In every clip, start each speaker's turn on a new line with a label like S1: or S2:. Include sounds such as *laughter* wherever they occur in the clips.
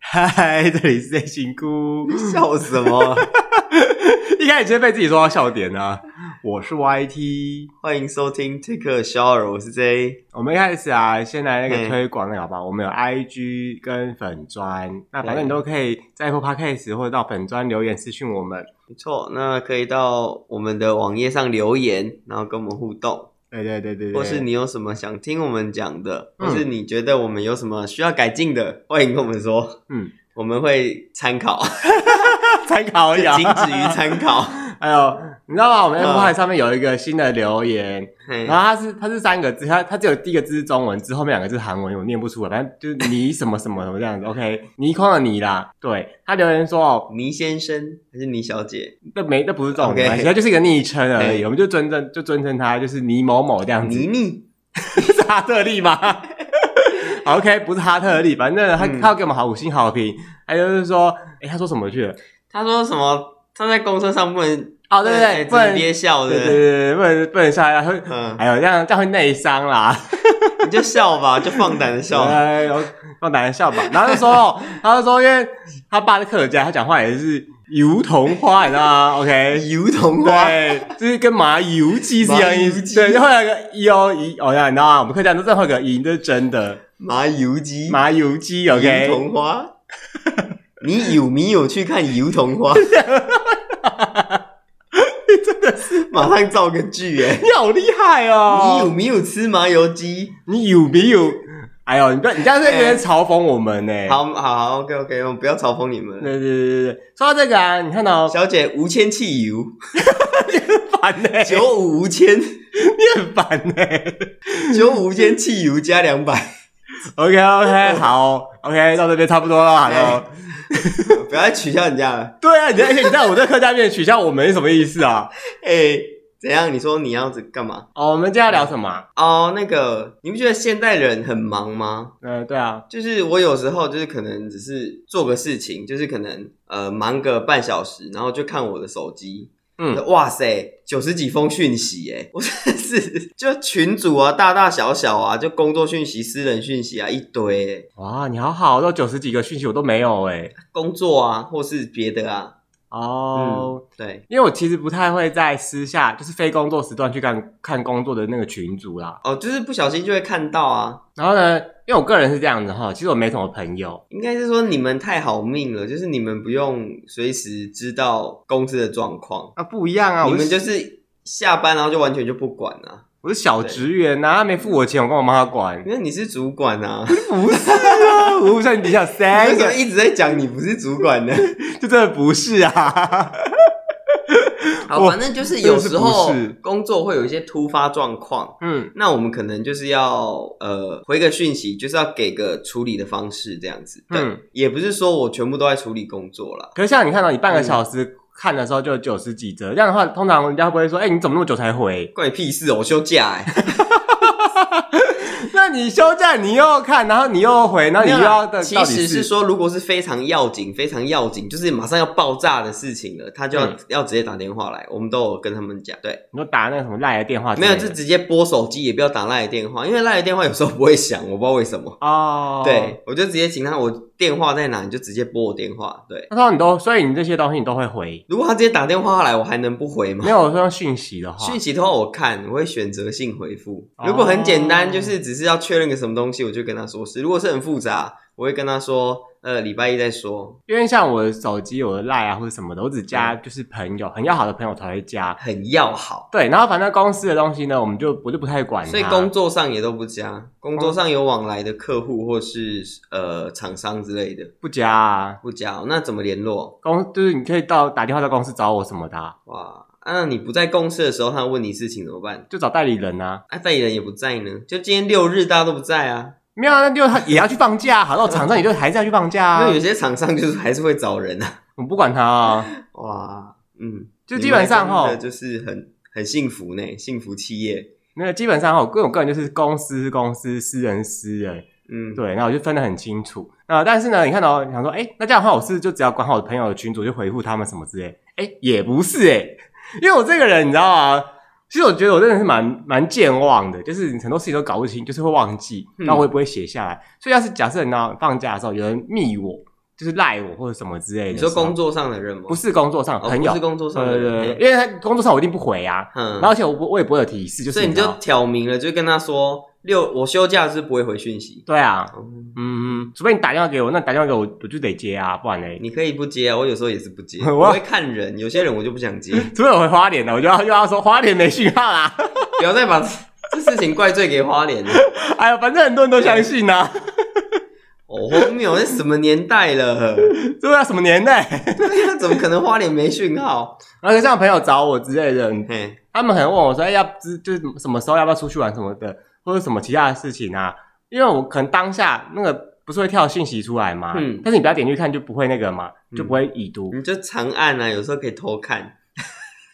S1: 嗨，这里是在新姑， *laughs* 笑什么？
S2: *laughs* 一开始先被自己说到笑点啊！我是 YT，
S1: 欢迎收听 Take a Shower，我是 J。
S2: 我们一开始啊，先来那
S1: 嗯
S2: 个推广那个好不好？我们有 IG 跟粉砖，那反
S1: 对
S2: 正你都可以在 Apple Podcast 或者到粉砖留言私讯我们。
S1: 没错，那可以到我们的网页上留言，然后跟我们互动，
S2: 对对对对对，
S1: 或是你有什么想听我们讲的，
S2: 嗯
S1: 或是你觉得我们有什么需要改进的，欢迎跟我们说，
S2: 嗯， *laughs*
S1: 我们会参考，
S2: 参考而已、
S1: 仅
S2: 啊，
S1: 止于参
S2: *laughs*
S1: 考。
S2: 还有，你知道吗？我们 Apple
S1: 嗯
S2: Podcast 上面有一个新的留言，
S1: 嘿
S2: 然后它是它是三个字，它它只有第一个字是中文，之后面两个字是韩文，我念不出来，反正就是你什么什么什么这样子。OK，倪匡的倪啦，对他留言说哦，
S1: 倪先生还是倪小姐？
S2: 那没那不是这种
S1: OK
S2: 关系，它就是一个昵称而已，
S1: 嘿
S2: 我们就尊称就尊称他就是倪某某这样子，
S1: 倪妮？
S2: 是哈特利
S1: *laughs*
S2: 吗好？OK，不是哈特利，反正他、
S1: 嗯
S2: 他要给我们好五星好评，还有就是说，诶，他说什么去了？
S1: 他说什么？他在公车上不能
S2: 哦，对对对，不
S1: 不能
S2: 能
S1: 憋笑
S2: 对对
S1: 的，
S2: 对，不能不能笑他会，哎
S1: 嗯，
S2: 还有这样这样会内伤啦。
S1: 你就笑吧，就放胆
S2: *laughs*
S1: 的笑。
S2: 哎，然后放男人笑吧。然后就说，他就说，因为他爸是客家，他讲话也是油桐花，你知道吗？OK，
S1: 油桐花，
S2: 对，啊就是跟麻油鸡是一样的意
S1: 麻油
S2: 思。
S1: 鸡
S2: 对，就会有个一哦一哦呀，你知道吗？我们客家都这会有个音，这是真的。
S1: 麻油鸡，
S2: 麻油鸡
S1: 油
S2: ，OK，*laughs*
S1: 桐花。你有没有去看油桐花？真的是马上造个句哎！
S2: 你好厉害
S1: 你有
S2: 哦！
S1: 没有吃麻油鸡？
S2: 你有没有？哎呦，你不要，你这样在那边嘲讽我们呢。
S1: 好好好，OK OK，我们不要嘲讽你们了。
S2: 对，对对对对，说到这个啊，你看到
S1: 小姐无铅汽
S2: *laughs*
S1: 油，
S2: 烦呢，你
S1: 九五无铅，
S2: 很烦欸呢。
S1: 九五无铅汽油加两百，
S2: OK OK，好，OK，到这边差不多了，好了。
S1: 不要再取笑人家了。
S2: *laughs* 对啊，你在而且你在我这客家面取消我们是什么意思啊？
S1: 哎、怎样？你说你要子干嘛？
S2: 哦，我们今天要聊什么啊？
S1: 哦、那个，你不觉得现代人很忙吗？
S2: 呃，对啊，
S1: 就是我有时候就是可能只是做个事情，就是可能呃忙个半小时，然后就看我的手机，
S2: 嗯，
S1: 哇塞，九十几封讯息哎，我真的是就群主啊，大大小小啊，就工作讯息、私人讯息啊一堆耶，
S2: 哇，你好好，都九十几个讯息我都没有哎、
S1: 工作啊或是别的啊，
S2: 哦。
S1: 对，
S2: 因为我其实不太会在私下，就是非工作时段去看看工作的那个群组啦。
S1: 哦，就是不小心就会看到啊，
S2: 然后呢，因为我个人是这样子哈，其实我没什么朋友。
S1: 应该是说你们太好命了，就是你们不用随时知道公司的状况，
S2: 啊，不一样啊，
S1: 你
S2: 我
S1: 们
S2: 是
S1: 就是下班然后就完全就不管啊。
S2: 我是小职员呐、他没付我钱，我跟我妈管。
S1: 因为你是主管啊，
S2: 不是啊， *laughs* 我不像你底下
S1: 你
S2: 三
S1: 为什么
S2: 个，
S1: 一直在讲你不是主管呢？
S2: 就真的不是啊。
S1: *laughs* 好，
S2: 我
S1: 反正就是有时候
S2: 真的是不是
S1: 工作会有一些突发状况，
S2: 嗯，
S1: 那我们可能就是要呃回个讯息，就是要给个处理的方式这样子。对，
S2: 嗯
S1: 也不是说我全部都在处理工作啦。
S2: 可是像你看到你半个小时看的时候就有九十几折，这样的话，通常人家会不会说，哎、你怎么那么久才回？
S1: 关你屁事哦！我休假哎、
S2: 那你休假你又看，然后你又回，然后你 *laughs* 又要到
S1: 其
S2: 到底
S1: 实
S2: 是
S1: 是说，如果是非常要紧、非常要紧，就是马上要爆炸的事情了，他就要、
S2: 嗯
S1: 要直接打电话来，我们都有跟他们讲。对，
S2: 你就打那个什么赖的电话之
S1: 没
S2: 类
S1: 有
S2: 的，
S1: 就直接拨手机，也不要打赖的电话，因为赖的电话有时候不会响，我不知道为什么。
S2: 哦，
S1: 对，我就直接请他，我电话在哪，你就直接拨我电话。对，
S2: 那时候你都，所以你这些东西你都会回，
S1: 如果他直接打电话来，我还能不回吗
S2: 没？有我说用讯息的话，
S1: 讯息的话，我看我会选择性回复。
S2: 哦
S1: 如果很简单，就是只是要确认个什么东西，我就跟他说是；如果是很复杂，我会跟他说，呃，礼拜一再说。
S2: 因为像我的手机、我的赖啊或者什么的，我只加就是朋友，很要好的朋友才会加。
S1: 很要好，
S2: 对，然后反正公司的东西呢，我们就我就不太管它。
S1: 所以工作上也都不加，工
S2: 哦
S1: 作上有往来的客户或是呃厂商之类的
S2: 不加啊，
S1: 不加哦，那怎么联络？
S2: 公就是你可以到打电话到公司找我什么的啊、
S1: 哇，啊那你不在公司的时候，他问你事情怎么办？
S2: 就找代理人啊。
S1: 啊，代理人也不在呢，就今天六日大家都不在啊。
S2: 没有啊，那就他也要去放假、好到厂商也就还是要去放假、
S1: 那、
S2: 啊
S1: 有。些厂商就是还是会找人啊。
S2: 我不管他啊、
S1: 哇，嗯，
S2: 就基本上哦
S1: 你
S2: 哈
S1: 们真的，就是很很幸福呢，幸福企业。
S2: 那基本上哈，个我个人就是公司是公司，私人是私人，
S1: 嗯，
S2: 对，那我就分得很清楚。那、但是呢，你看到、想说，哎，那这样的话，我是不是就只要管好我的朋友的群组，就回复他们什么之类？哎，也不是哎、因为我这个人你知道啊，其实我觉得我真的是蛮蛮健忘的，就是很多事情都搞不清，就是会忘记，
S1: 嗯
S2: 那我也不会写下来。所以要是假设你知道放假的时候有人密我，就是赖我或者什么之类的。
S1: 你说工作上的人吗？
S2: 不是工作上，
S1: 哦
S2: 朋友
S1: 不是工作上的
S2: 对对
S1: 人
S2: 对，对因为他工作上我一定不回啊，
S1: 嗯
S2: 然后而且我不我也不会有提示，就是
S1: 所以你
S2: 知
S1: 就
S2: 道
S1: 挑明了，就跟他说六我休假是不会回讯息。
S2: 对啊，
S1: 嗯
S2: 嗯，嗯，除非你打电话给我，那打电话给我我就得接啊，不然嘞，
S1: 你可以不接啊，我有时候也是不接，
S2: *laughs* 我
S1: 我会看人，有些人我就不想接，
S2: 除非我回花莲了，我就要又要说花莲没讯号啦。 *laughs*
S1: 不要再把 *laughs* 这事情怪罪给花莲了。
S2: 哎呀，反正很多人都相信呐、啊，
S1: 哦，荒谬，那什么年代了？ *laughs* 哎
S2: 这要什么年代？
S1: 怎么可能花莲没讯号？
S2: *laughs* 然后像朋友找我之类的，
S1: 嘿，
S2: 他们可能问我说，哎，要就是就是什么时候要不要出去玩什么的，或者什么其他的事情啊，因为我可能当下那个不是会跳信息出来嘛，
S1: 嗯
S2: 但是你不要点进去看就不会那个嘛，
S1: 嗯
S2: 就不会已读。
S1: 你就长按啊，有时候可以偷看。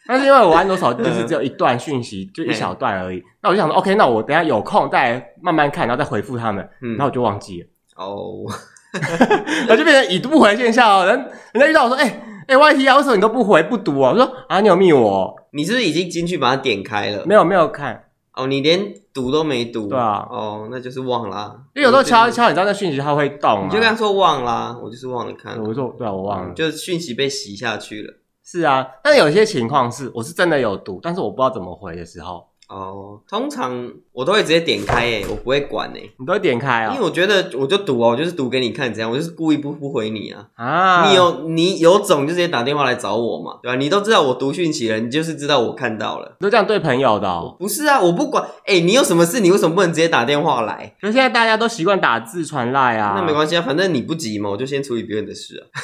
S2: 但是因为我玩多手机就是只有一段讯息，就一小段而已，那我就想
S1: 嗯
S2: 说，OK，那我等一下有空再来慢慢看，然后再回复他们，
S1: 嗯
S2: 然后我就忘记了。
S1: 哦， *laughs*
S2: 然后就变成已读不回现象哦。人人家遇到我说，哎、哎、y t 啊，为什么你都不回不读哦？我说啊，你有密我哦、
S1: 你是不是已经进去把它点开了？
S2: 没有没有看，
S1: 哦，你连读都没读。
S2: 对啊
S1: 哦，那就是忘啦。
S2: 因为有时候敲一
S1: 我就
S2: 敲，你知道那讯息它会动嘛。
S1: 你就跟嗯他说忘啦，我就是忘了看
S2: 对。我说对啊，我忘了。
S1: 就是讯息被洗下去了。
S2: 是啊，但有些情况是我是真的有读，但是我不知道怎么回的时候，
S1: 哦，通常我都会直接点开诶、我不会管诶、
S2: 你都会点开啊、
S1: 因为我觉得我就读啊，我就是读给你看，怎样？我就是故意不不回你啊。
S2: 啊，
S1: 你有你有种就直接打电话来找我嘛，对吧、你都知道我读讯息了，你就是知道我看到了。
S2: 你都这样对朋友的、哦。
S1: 不是啊，我不管。哎、你有什么事，你为什么不能直接打电话来？
S2: 可是现在大家都习惯打字传赖啊，
S1: 那没关系啊，反正你不急嘛，我就先处理别人的事啊。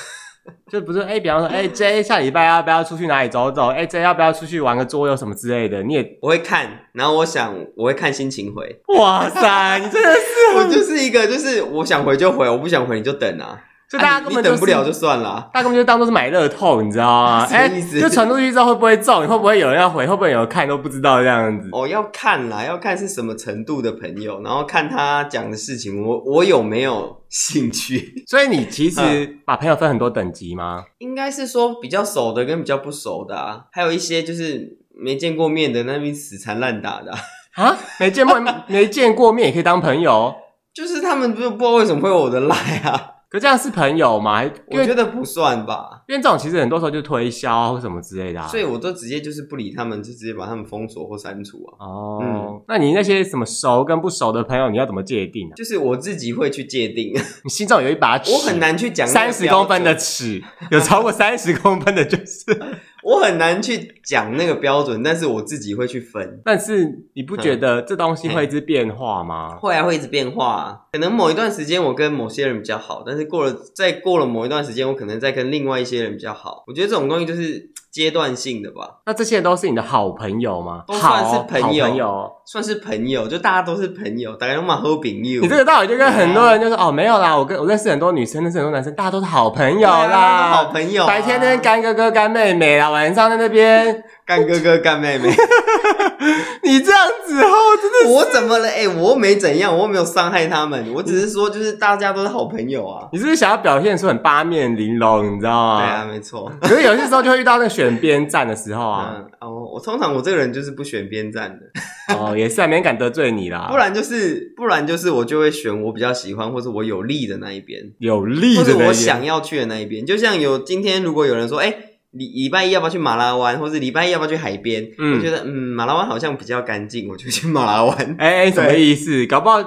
S2: 就不是哎、比方说哎、J 下礼拜要不要出去哪里走走？哎、J 要不要出去玩个桌游什么之类的？你也
S1: 我会看，然后我想我会看心
S2: *laughs*
S1: 情回。
S2: 哇
S1: *laughs*
S2: 塞，你真的是，
S1: 我就是一个，就是我想回就回，我不想回你就等啊。
S2: 就大
S1: 啊
S2: 家根
S1: 你
S2: 本、
S1: 你
S2: 就
S1: 等不了
S2: 是
S1: 就算啦。
S2: 大家根本就当做是买乐透，你知道吗？
S1: *laughs* 什么
S2: 哎、
S1: 意思
S2: 就传出去之后会不会中？会不会有人要回？会不会有人看都不知道这样子？
S1: 哦，要看啦，要看是什么程度的朋友，然后看他讲的事情，我我有没有兴趣？ *laughs*
S2: 所以你其
S1: 嗯
S2: 实把朋友分很多等级吗？
S1: 应该是说比较熟的跟比较不熟的啊，还有一些就是没见过面的那边死缠烂打的啊、
S2: 啊，没见过 *laughs* 没见过面也可以当朋友，
S1: 就是他们不不知道为什么会有我的赖啊，
S2: 可这样是朋友吗？还因
S1: 我
S2: 为
S1: 觉得不算吧，
S2: 因为这种其实很多时候就推销啊或什么之类的、啊。
S1: 所以我都直接就是不理他们，就直接把他们封锁或删除啊。
S2: 哦，
S1: 嗯
S2: 那你那些什么熟跟不熟的朋友，你要怎么界定啊？
S1: 就是我自己会去界定， *laughs*
S2: 你心中有一把尺，
S1: 我很难去讲那个
S2: 三十
S1: 标
S2: 公分的
S1: 准，
S2: 尺， *laughs* 有超过三十公分的就是。 *laughs*
S1: 我很难去讲那个标准，但是我自己会去分。
S2: 但是你不觉
S1: 嗯
S2: 得这东西会一直变化吗？
S1: 后来会一直变化、啊，可能某一段时间我跟某些人比较好，但是过了再过了某一段时间，我可能再跟另外一些人比较好。我觉得这种东西就是阶段性的吧，
S2: 那这些都是你的好朋友吗？
S1: 都算是
S2: 好
S1: 朋友啊
S2: 好朋友。
S1: 算是朋友，就大家都是朋友，大家都嘛喝饼友。
S2: 你这个道理就跟很多人就说哦，没有啦，我跟我认识很多女生，认识很多男生，大家都是好朋友
S1: 对啊大家都
S2: 啦。
S1: 好朋友啊、
S2: 白天那边干哥哥干妹妹啦，晚上在那边，
S1: 干哥哥干妹妹，
S2: 你这样子哦，真的
S1: *laughs* 我怎么了？哎、我又没怎样，我又没有伤害他们，我只是说就是大家都是好朋友啊。
S2: 你是不是想要表现出很八面玲珑，你知道
S1: 对
S2: 吗？
S1: 啊，没错。
S2: 可是有些时候就会遇到那个选边站的时候啊，
S1: 嗯，哦，我通常我这个人就是不选边站的，
S2: *laughs* 哦，也是啊，没人敢得罪你啦。
S1: 不然就是不然就是我就会选我比较喜欢或者我有利的那一边。
S2: 有利
S1: 或
S2: 的
S1: 者
S2: 人也
S1: 我想要去的那一边。就像有今天如果有人说，哎、礼礼拜一要不要去马拉湾，或者礼拜一要不要去海边？
S2: 嗯
S1: 我觉得嗯，马拉湾好像比较干净， *laughs* 我就去马
S2: *laughs*
S1: 拉湾。
S2: 哎、哎，什么
S1: 对
S2: 意思？搞不好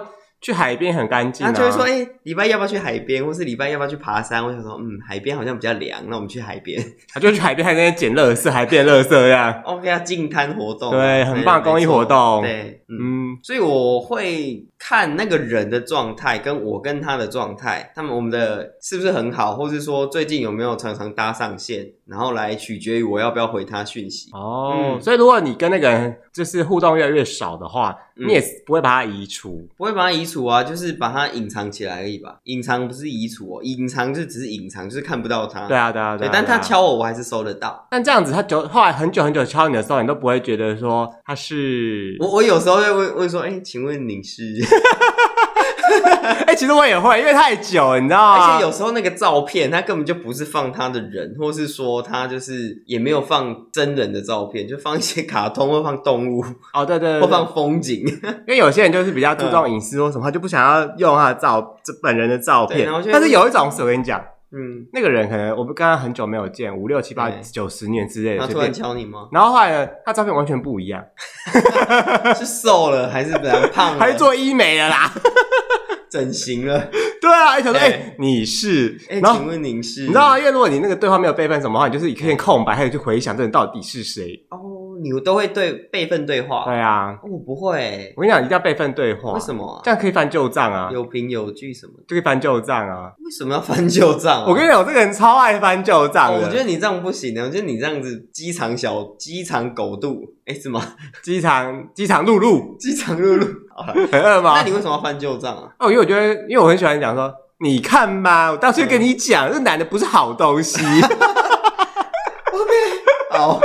S2: 去海边很干净、
S1: 他
S2: 啊，
S1: 就会说，哎、礼拜一要不要去海边，或是礼拜一要不要去爬山？我想说，嗯，海边好像比较凉，那我们去海边。
S2: 他就去海边还在那边捡垃圾，还变垃圾这样。
S1: OK 啊，净滩活动，
S2: 对很棒
S1: 没
S2: 公益
S1: 错
S2: 活动
S1: 对，嗯。
S2: 嗯，
S1: 所以我会看那个人的状态，跟我跟他的状态，他们我们的是不是很好，或是说最近有没有常常搭上线，然后来取决于我要不要回他讯息。
S2: 哦，
S1: 嗯
S2: 所以如果你跟那个人就是互动越来越少的话，
S1: 嗯
S2: 你也不会把他移除。
S1: 不会把它移除啊，就是把它隐藏起来而已吧。隐藏不是移除哦，隐藏就只是隐藏，就是看不到他。
S2: 对啊，对啊，
S1: 对
S2: 对啊。
S1: 但
S2: 对啊
S1: 他，敲我，我还是收得到。
S2: 但这样子他久后来很久很久敲你的时候，你都不会觉得说他是
S1: 我我有时候会问问说，哎、请问你是？
S2: 哎、其实我也会，因为太久，你知道吗？
S1: 而且有时候那个照片，他根本就不是放他的人，或是说他就是也没有放真人的照片，就放一些卡通或放动
S2: *laughs*
S1: 物
S2: 哦，对对对
S1: 或
S2: 对，
S1: 放风景，
S2: 因为有些人就是比
S1: 嗯
S2: 较注重隐私或什么，他就不想要用他的照这本人的照
S1: 对
S2: 片
S1: 然后就。会
S2: 但是有一种是我跟你讲，
S1: 嗯，
S2: 那个人可能我们刚刚很久没有见，五六七八
S1: 对
S2: 九十年之类的，
S1: 他
S2: 随
S1: 突然
S2: 便。
S1: 敲你吗？
S2: 然后后来呢，他照片完全不一样，
S1: 是瘦了还是本来胖了？
S2: 还做医美了啦。 *laughs*
S1: 整形了？
S2: 对啊，一想说，哎、
S1: 哎
S2: 你是，
S1: 哎，
S2: 然后
S1: 请问您是？
S2: 你知道啊，因为如果你那个对话没有备份什么的话，你就是一片空白，还有去回想这人到底是谁。
S1: 哦，你都会对备份对话？
S2: 对啊，
S1: 哦我不会，
S2: 我跟你讲，一定要备份对话，
S1: 为什么啊？
S2: 这样可以翻旧账啊，
S1: 有凭有据什么的？
S2: 就可以翻旧账啊。
S1: 为什么要翻旧账啊？
S2: 我跟你讲，我啊这个人超爱翻旧账
S1: 哦
S2: 的、
S1: 我觉得你这样不行啊的，我觉得你这样子鸡肠小鸡肠狗肚，哎、什么
S2: 机场机场露露
S1: 鸡肠露露？好了
S2: 很饿吗
S1: *laughs* 那？你为什么要翻旧账啊？
S2: 哦，因为我觉得，因为我很喜欢讲说，你看吧，我当时就
S1: 嗯
S2: 跟你讲，这男的不是好东西。 *laughs*
S1: 哦，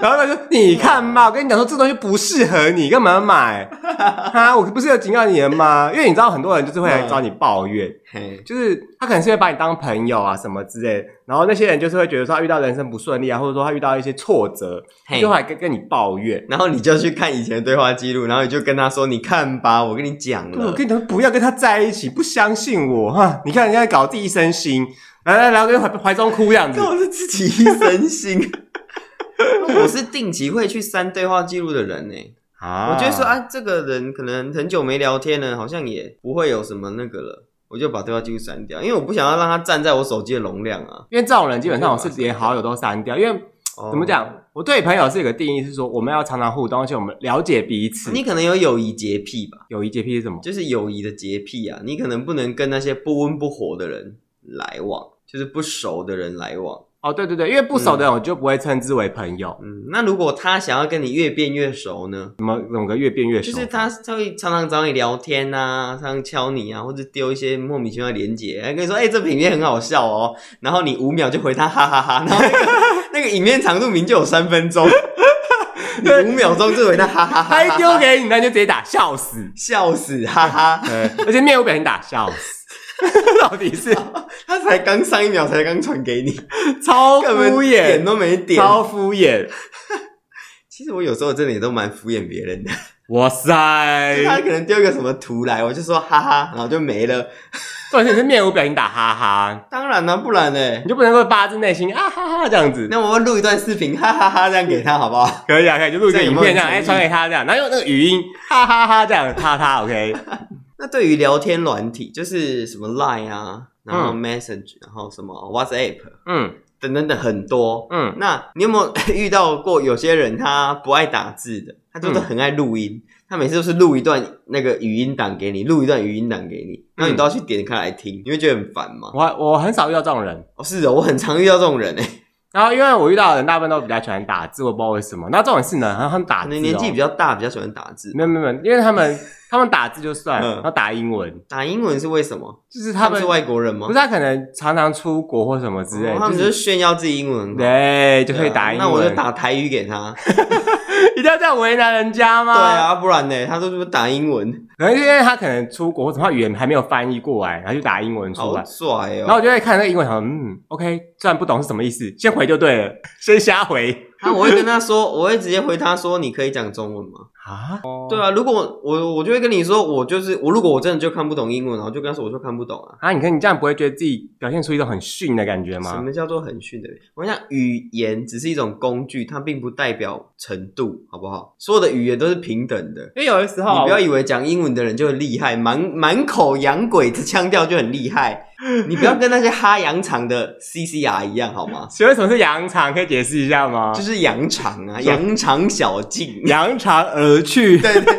S2: 然后他说，你看吧，我跟你讲说，这东西不适合你，干嘛要买？哈，我不是有警告你了吗？因为你知道，很多人就是会来找你
S1: 嗯
S2: 抱怨，
S1: 嘿，
S2: 就是他可能是会把你当朋友啊什么之类的。然后那些人就是会觉得说，他遇到人生不顺利啊，或者说他遇到一些挫折，
S1: 嘿
S2: 就会来跟跟你抱怨。
S1: 然后你就去看以前的对话记录，然后你就跟他说：“你看吧，我跟你讲
S2: 对，我
S1: 了。
S2: 跟你讲，不要跟他在一起，不相信我哈！你看人家搞自己一身腥，来来来，跟怀怀中哭这样子
S1: 这。我是自己一身腥。
S2: *laughs*
S1: 我是定期会去删对话记录的人呢、
S2: 啊
S1: 我觉得说啊，这个人可能很久没聊天了，好像也不会有什么那个了，我就把对话记录删掉，因为我不想要让他占在我手机的容量啊。
S2: 因为这种人基本上我是连好友都删掉，因为
S1: 哦
S2: 怎么？讲，我对朋友是有个定义，是说我们要常常互动，而且我们了解彼此。
S1: 你可能有友谊洁癖吧，
S2: 友谊洁癖是什么？
S1: 就是友谊的洁癖啊，你可能不能跟那些不温不火的人来往，就是不熟的人来往。
S2: 哦，对对对，因为不熟的人我就不会称之为朋友，
S1: 嗯，那如果他想要跟你越变越熟呢？
S2: 怎么怎么个越变越熟？*laughs*
S1: 嗯就是他他会常常找你聊天啊，常常敲你啊，或者丢一些莫名其妙的连结，还跟你说，哎、这部影片很好笑哦，然后你五秒就回他哈哈哈然后那个 *laughs* 那个影片长度明就有三分钟，你五秒钟就回他哈哈哈
S2: 他一
S1: 哈，
S2: 丢给你，那你就直接打笑
S1: *laughs*
S2: 死，
S1: 笑死哈哈，
S2: 对，而且面无表情打笑
S1: *laughs*
S2: 死，到底是
S1: 他才刚上一秒才刚传给你，
S2: 超
S1: 根本
S2: 敷
S1: 点
S2: 衍，
S1: 都没点。
S2: 超敷衍。
S1: 其实我有时候真的也都蛮敷衍别人的，
S2: 哇塞哎
S1: 就！他可能丢一个什么图来，我就说哈哈，然后就没了。
S2: 重点是面无表情打哈哈，
S1: 当然啦、不然呢
S2: 你？就不能够发自内心啊哈哈这样子。
S1: 那我们录一段视频，哈哈哈这样给他好不好？
S2: 可以啊，可以就录一个影片这样，
S1: 这样有没有
S2: 哎，
S1: 诚意
S2: 传给他这样，然后用那个语音哈哈哈这样哈哈，OK，
S1: 那对于聊天软体，就是什么 Line 啊，然后
S2: 嗯
S1: Message，、然后什么 WhatsApp
S2: 嗯
S1: 等等等很多。
S2: 嗯，
S1: 那你有没有 *laughs* 遇到过有些人他不爱打字的，他就是很爱录音，他每次都是录一段那个语音档给你，录一段语音档给你，然后你都要去点开来听，你会觉得很烦吗？
S2: 我我很少遇到这种人，
S1: 哦，是哦，我很常遇到这种人欸诶、
S2: 然后因为我遇到的人大部分都比较喜欢打字，我不知道为什么。那这种事呢，他们打字哦
S1: 可能年纪比较大，比较喜欢打字。
S2: 没有没有，没有因为他们他们打字就算，
S1: 嗯
S2: 然后打英文，
S1: 打英文是为什么？
S2: 就是
S1: 他
S2: 他
S1: 们
S2: 们
S1: 是外国人吗？
S2: 不是他可能常常出国或什么之类
S1: 哦，他
S2: 就
S1: 们就是
S2: 是
S1: 炫耀自己英文很好。
S2: 对就会
S1: 对啊
S2: 打英文，
S1: 那我就打台语给他。
S2: 一定要这样为难人家吗？
S1: 对啊，不然呢？他都是打英文，
S2: 可能是因为他可能出国，或者他语言还没有翻译过来，然后就打英文出来
S1: 好。帅
S2: 然后
S1: 哦！
S2: 我就会看那个英文，想说嗯，OK，虽然不懂是什么意思，先回就对了，先瞎回
S1: 那我会跟他说， *laughs* 我会直接回他说：“你可以讲中文吗
S2: 啊。？”
S1: 对啊，如果我我就会跟你说，我就是我，如果我真的就看不懂英文，然后就跟他说我就看不懂啊。
S2: 啊，你看你这样不会觉得自己表现出一种很逊的感觉
S1: 什
S2: 吗？
S1: 么叫做很逊的？我想语言只是一种工具，它并不代表程度，好不好？所有的语言都是平等的。
S2: 因为有的时
S1: 你
S2: 候
S1: 不要以为讲英文的人就很厉害，满满口洋鬼子腔调就很厉害。 *laughs* 你不要跟那些哈洋场的 CCR 一样，好
S2: *laughs*
S1: 吗？
S2: 学会什么是扬长，可以解释一下吗？
S1: 就是是羊肠啊，羊肠小径。
S2: *laughs* 扬长而去。 *laughs*
S1: 对对，对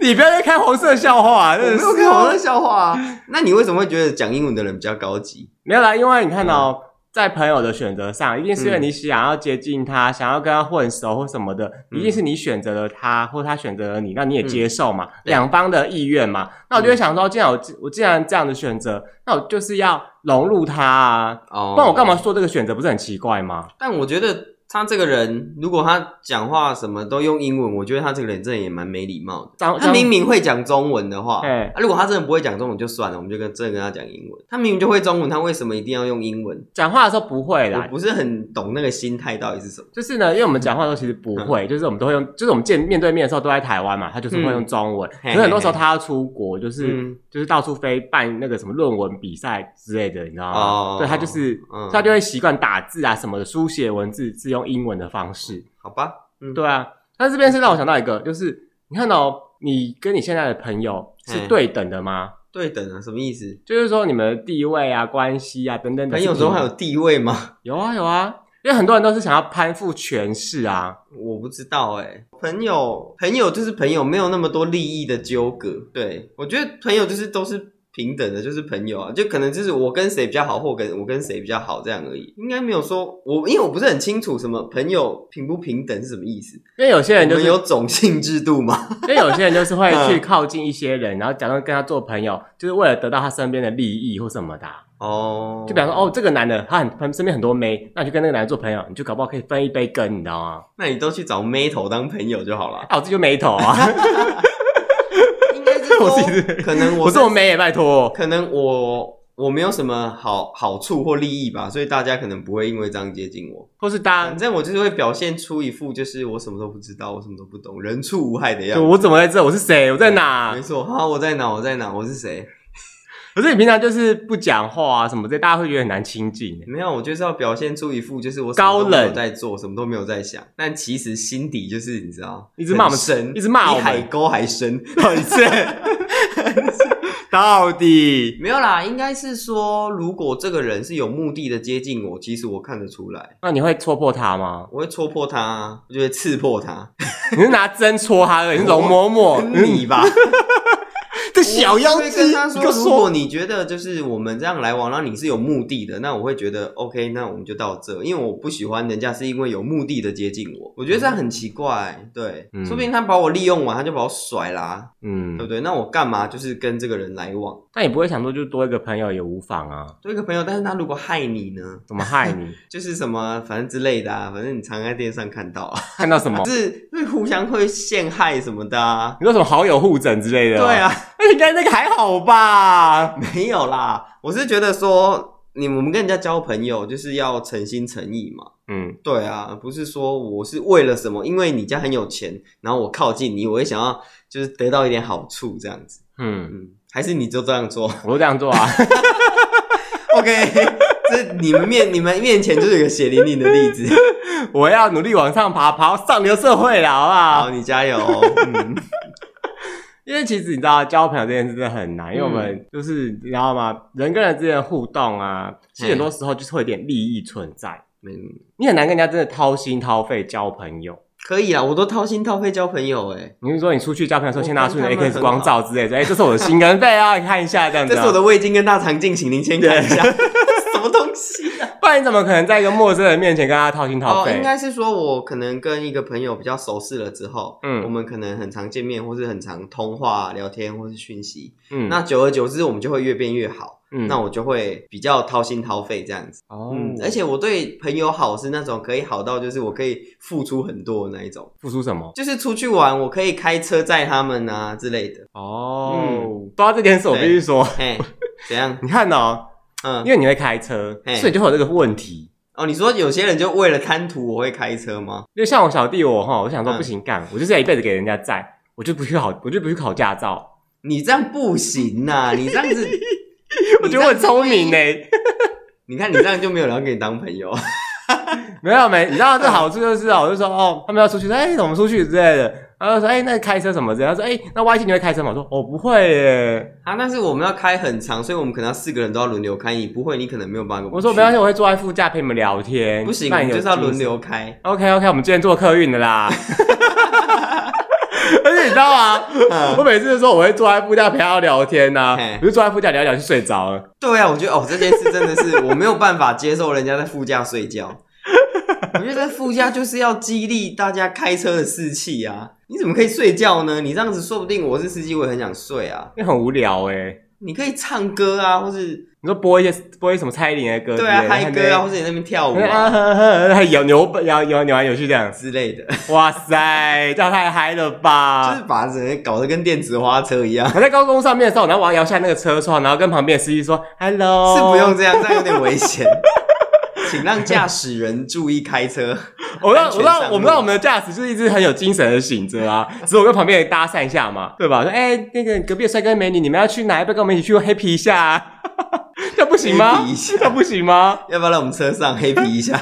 S2: 你不要再开黄色笑话、啊，
S1: *laughs* 我
S2: 真
S1: 没
S2: 的是
S1: 有看好的笑话啊。那你为什么会觉得讲英文的人比较高级？
S2: 没有啦，因为你看到、
S1: 嗯
S2: 在朋友的选择上，一定是因为你想要接近他，想要跟他混熟或什么的，
S1: 嗯
S2: 一定是你选择了他，或他选择了你，那你也接受嘛，
S1: 嗯对嗯
S2: 两方的意愿嘛。那我就会想说，既然我我既然这样的选择，那我就是要融入他啊，
S1: 哦
S2: 不然我干嘛？做这个选择，不是很奇怪吗？
S1: 但我觉得他这个人，如果他讲话什么都用英文，我觉得他这个人真的也蛮没礼貌的。
S2: 张
S1: 他明明会讲中文的话，
S2: 哎
S1: 啊、如果他真的不会讲中文就算了，我们就跟真的跟他讲英文。他明明就会中文，他为什么一定要用英文？
S2: 讲话的时候不会啦
S1: 我，不是很懂那个心态到底是什么。
S2: 就是呢，因为我们讲话的时候其实不会，
S1: 嗯
S2: 就是我们都会用，就是我们见面对面的时候都在台湾嘛，他就是会用中文。
S1: 嘿
S2: 可是很多时候他要出国，就是、
S1: 嗯
S2: 就是到处飞办那个什么论文比赛之类的，你知道吗？
S1: 哦
S2: 对他就是，所
S1: 嗯
S2: 以他就会习惯打字啊什么的，书写文字是用英文的方式。
S1: 好吧，嗯，
S2: 对啊，但这边是让我想到一个，就是你看到、你跟你现在的朋友是
S1: 嘿
S2: 对等的吗？
S1: 对等啊，什么意思？
S2: 就是说你们的地位啊、关系啊等等的
S1: 朋
S2: 是平
S1: 友
S2: 等，
S1: 中还有地位吗？
S2: 有啊有啊，因为很多人都是想要攀附权势啊。
S1: 我不知道哎、朋友，朋友就是朋友，没有那么多利益的纠葛。对我觉得朋友就是都是平等的，就是朋友啊，就可能就是我跟谁比较好，或跟我跟谁比较好这样而已，应该没有说我，因为我不是很清楚什么朋友平不平等是什么意思。
S2: 因为有些人
S1: 我
S2: 就是，
S1: 们
S2: 因 *laughs*
S1: 有种姓制度吗？
S2: 为有些人就是会去
S1: 嗯
S2: 靠近一些人，然后假装跟他做朋友，就是为了得到他身边的利益或什么的啊、
S1: 哦，
S2: 就比方说，哦，这个男的他很他身边很多妹，那你就跟那个男的做朋友，你就搞不好可以分一杯羹，你知道吗？
S1: 那你都去找妹头当朋友就好了。
S2: 啊，我自己就没头啊，
S1: 应该是
S2: *laughs* *laughs* 我其实
S1: 说，可能
S2: 我
S1: *laughs* 我
S2: 这么妹也拜托。
S1: 可能我我没有什么好好处或利益吧，所以大家可能不会因为这样接近我。
S2: 或是大
S1: 反
S2: 家，
S1: 正我就是会表现出一副就是我什么都不知道，我什么都不懂，人畜无害的样
S2: 就
S1: 子。
S2: 我怎么在这？我是谁？我在哪
S1: 没？错，哈，我在哪？我在哪？我是谁？
S2: 可是你平常就是不讲话啊什么的，大家会觉得很难亲近。
S1: 没有，我就是要表现出一副就是我什
S2: 高
S1: 么
S2: 冷
S1: 都没有在做，什么都没有在想，但其实心底就是你知道，
S2: 一直骂我们
S1: 很深，
S2: 一直骂我们
S1: 比海沟还深。
S2: 到底是到底？
S1: 没有啦，应该是说，如果这个人是有目的的接近我，其实我看得出来，
S2: *laughs* 那你会戳破他吗？
S1: 我会戳破他啊，我就会刺破他。
S2: 你是拿针戳他的？你是容嬷嬷？
S1: 你吧，
S2: *laughs* 这小妖
S1: 我
S2: 精，
S1: 就会嗯跟他说，
S2: 你给我
S1: 如果你觉得就是我们这样来往，然后你是有目的的，那我会觉得 OK，那我们就到这，因为我不喜欢人家是因为有目的的接近我，我觉得这样很奇怪。对，
S2: 嗯
S1: 说不定他把我利用完，他就把我甩啦、对不
S2: 嗯，
S1: 对？那我干嘛就是跟这个人来往？
S2: 但也不会想说就多一个朋友也无妨啊，
S1: 做一个朋友，但是他如果害你呢，
S2: 怎么害
S1: *laughs*
S2: 你？
S1: 就是什么反正之类的啊，反正你常在电视上看到啊。 *laughs*
S2: 看到什么？
S1: 是会互相会陷害什么的啊。
S2: 你说什么好友互整之类的？
S1: 对，啊，
S2: 那应该那个还好吧？
S1: 没有啦，我是觉得说，你我们跟人家交朋友就是要诚心诚意嘛。
S2: 嗯，
S1: 对啊，不是说我是为了什么，因为你家很有钱，然后我靠近你，我会想要就是得到一点好处这样子。
S2: 嗯，
S1: 嗯，还是你就这样
S2: *laughs*
S1: 做
S2: 我都这样做啊。
S1: ？OK，这你们面你们面前就是有个血淋淋的例
S2: *laughs*
S1: 子。
S2: 我要努力往上爬，爬到上流社会了，好不
S1: 好，
S2: 好？
S1: 你加油。嗯，
S2: 因为其实你知道，交朋友这件事真的很难，因为我们就是你知道吗？人跟人之间的互动啊，其实很多时候就是会有点利益存在，
S1: 没
S2: 你很难跟人家真的掏心掏肺交朋友。
S1: 嗯可以啊，我都掏心掏肺交朋友哎、
S2: 你是说你出去交朋友的时候，
S1: 我
S2: 先拿出你的
S1: 跟他们
S2: X
S1: 很
S2: 光照之类的，哎、这是我的心肝肺啊，你看一下这样子、
S1: 这
S2: 啊。
S1: 是我的胃镜跟大肠镜，请您先看一下， *laughs* 什么东西啊？
S2: 不然你怎么可能在一个陌生人面前跟他掏心掏
S1: 哦，
S2: 肺？
S1: 应该是说我可能跟一个朋友比较熟识了之后，
S2: 嗯
S1: 嗯，我们可能很常见面，或是很常通话、聊天，或是讯息。
S2: 嗯
S1: 那久而久之，我们就会越变越好。
S2: 嗯
S1: 那我就会比较掏心掏肺这样子。
S2: 哦
S1: 嗯，而且我对朋友好是那种可以好到就是我可以付出很多的那一种，
S2: 付出什么？
S1: 就是出去玩我可以开车载他们啊之类的。
S2: 哦，
S1: 嗯
S2: 说到这件事，我必须说，
S1: 嘿，怎样？
S2: 你看哦，因
S1: 嗯，
S2: 为你会开车，
S1: 嘿
S2: 所以就会有这个问题。
S1: 哦，你说有些人就为了贪图我会开车吗？
S2: 因为像我小弟我哈，我想说
S1: 嗯
S2: 不行干，我就是要一辈子给人家载，我就不去考，我就不去考驾照。，
S1: 你这样不行呐、你这样子
S2: *laughs* 我觉得我很聪明
S1: 呢、
S2: 呢。
S1: 你看你这样就没有人要跟你当朋友。
S2: *laughs*
S1: *laughs*
S2: 没有没，你知道这好处就是哦，我就说哦，他们要出去，哎，我们出去之类的。然后就说哎，那开车什么之类的。他说哎，那 Y T 你会开车吗？我说我、不会耶。
S1: 啊，但是我们要开很长，所以我们可能要四个人都要轮流开。你不会，你可能没有办法跟
S2: 我说没关系，我会坐在副驾陪你们聊天。
S1: 不行，
S2: 那
S1: 我
S2: 你
S1: 们
S2: 有
S1: 就是要
S2: 精神
S1: 轮流开。 *laughs*
S2: OK OK，我们今天做客运的啦。 *laughs* 而且你知道吗？我每次都说我会坐在副驾陪他聊天呐、
S1: 嗯嘿
S2: 我就坐在副驾聊一聊就睡着了。
S1: 对啊，我觉得哦，这件事真的是我没有办法接受人家在副驾睡觉。 *laughs* 我觉得在副驾就是要激励大家开车的士气啊！你怎么可以睡觉呢？你这样子，说不定我是司机，我也很想睡啊。
S2: 那很无聊哎、
S1: 你可以唱歌啊，或是
S2: 你说播一些播一些什么蔡依林的歌之
S1: 对
S2: 类的，
S1: 啊嗨歌啊，
S2: 然后
S1: 或是你在那边跳舞
S2: 在那边，
S1: 啊
S2: 啊呵呵呵还有扭摇摇扭来扭去这样，
S1: 之类的， *laughs*
S2: 哇塞，这样太嗨了吧！
S1: 就是把整个搞得跟电子花车一样。
S2: 我在高公路上面的时候，然后我要摇下那个车窗，然后跟旁边的司机说 “hello”，
S1: 是不用。这样，这样有点危 *laughs* 险。请让驾驶人注意开车。
S2: 我让
S1: 安
S2: 我
S1: 全
S2: 让
S1: 上路
S2: 我们让我们的驾驶就是一直很有精神的醒着啊，只是我跟旁边人搭讪一下嘛，对吧？说哎、那个隔壁的帅哥美女，你们要去哪一边跟我们一起去 happy 一下、啊？这样不行吗
S1: happy 一下？
S2: 这样不行吗？
S1: 要不要来我们车上黑皮一下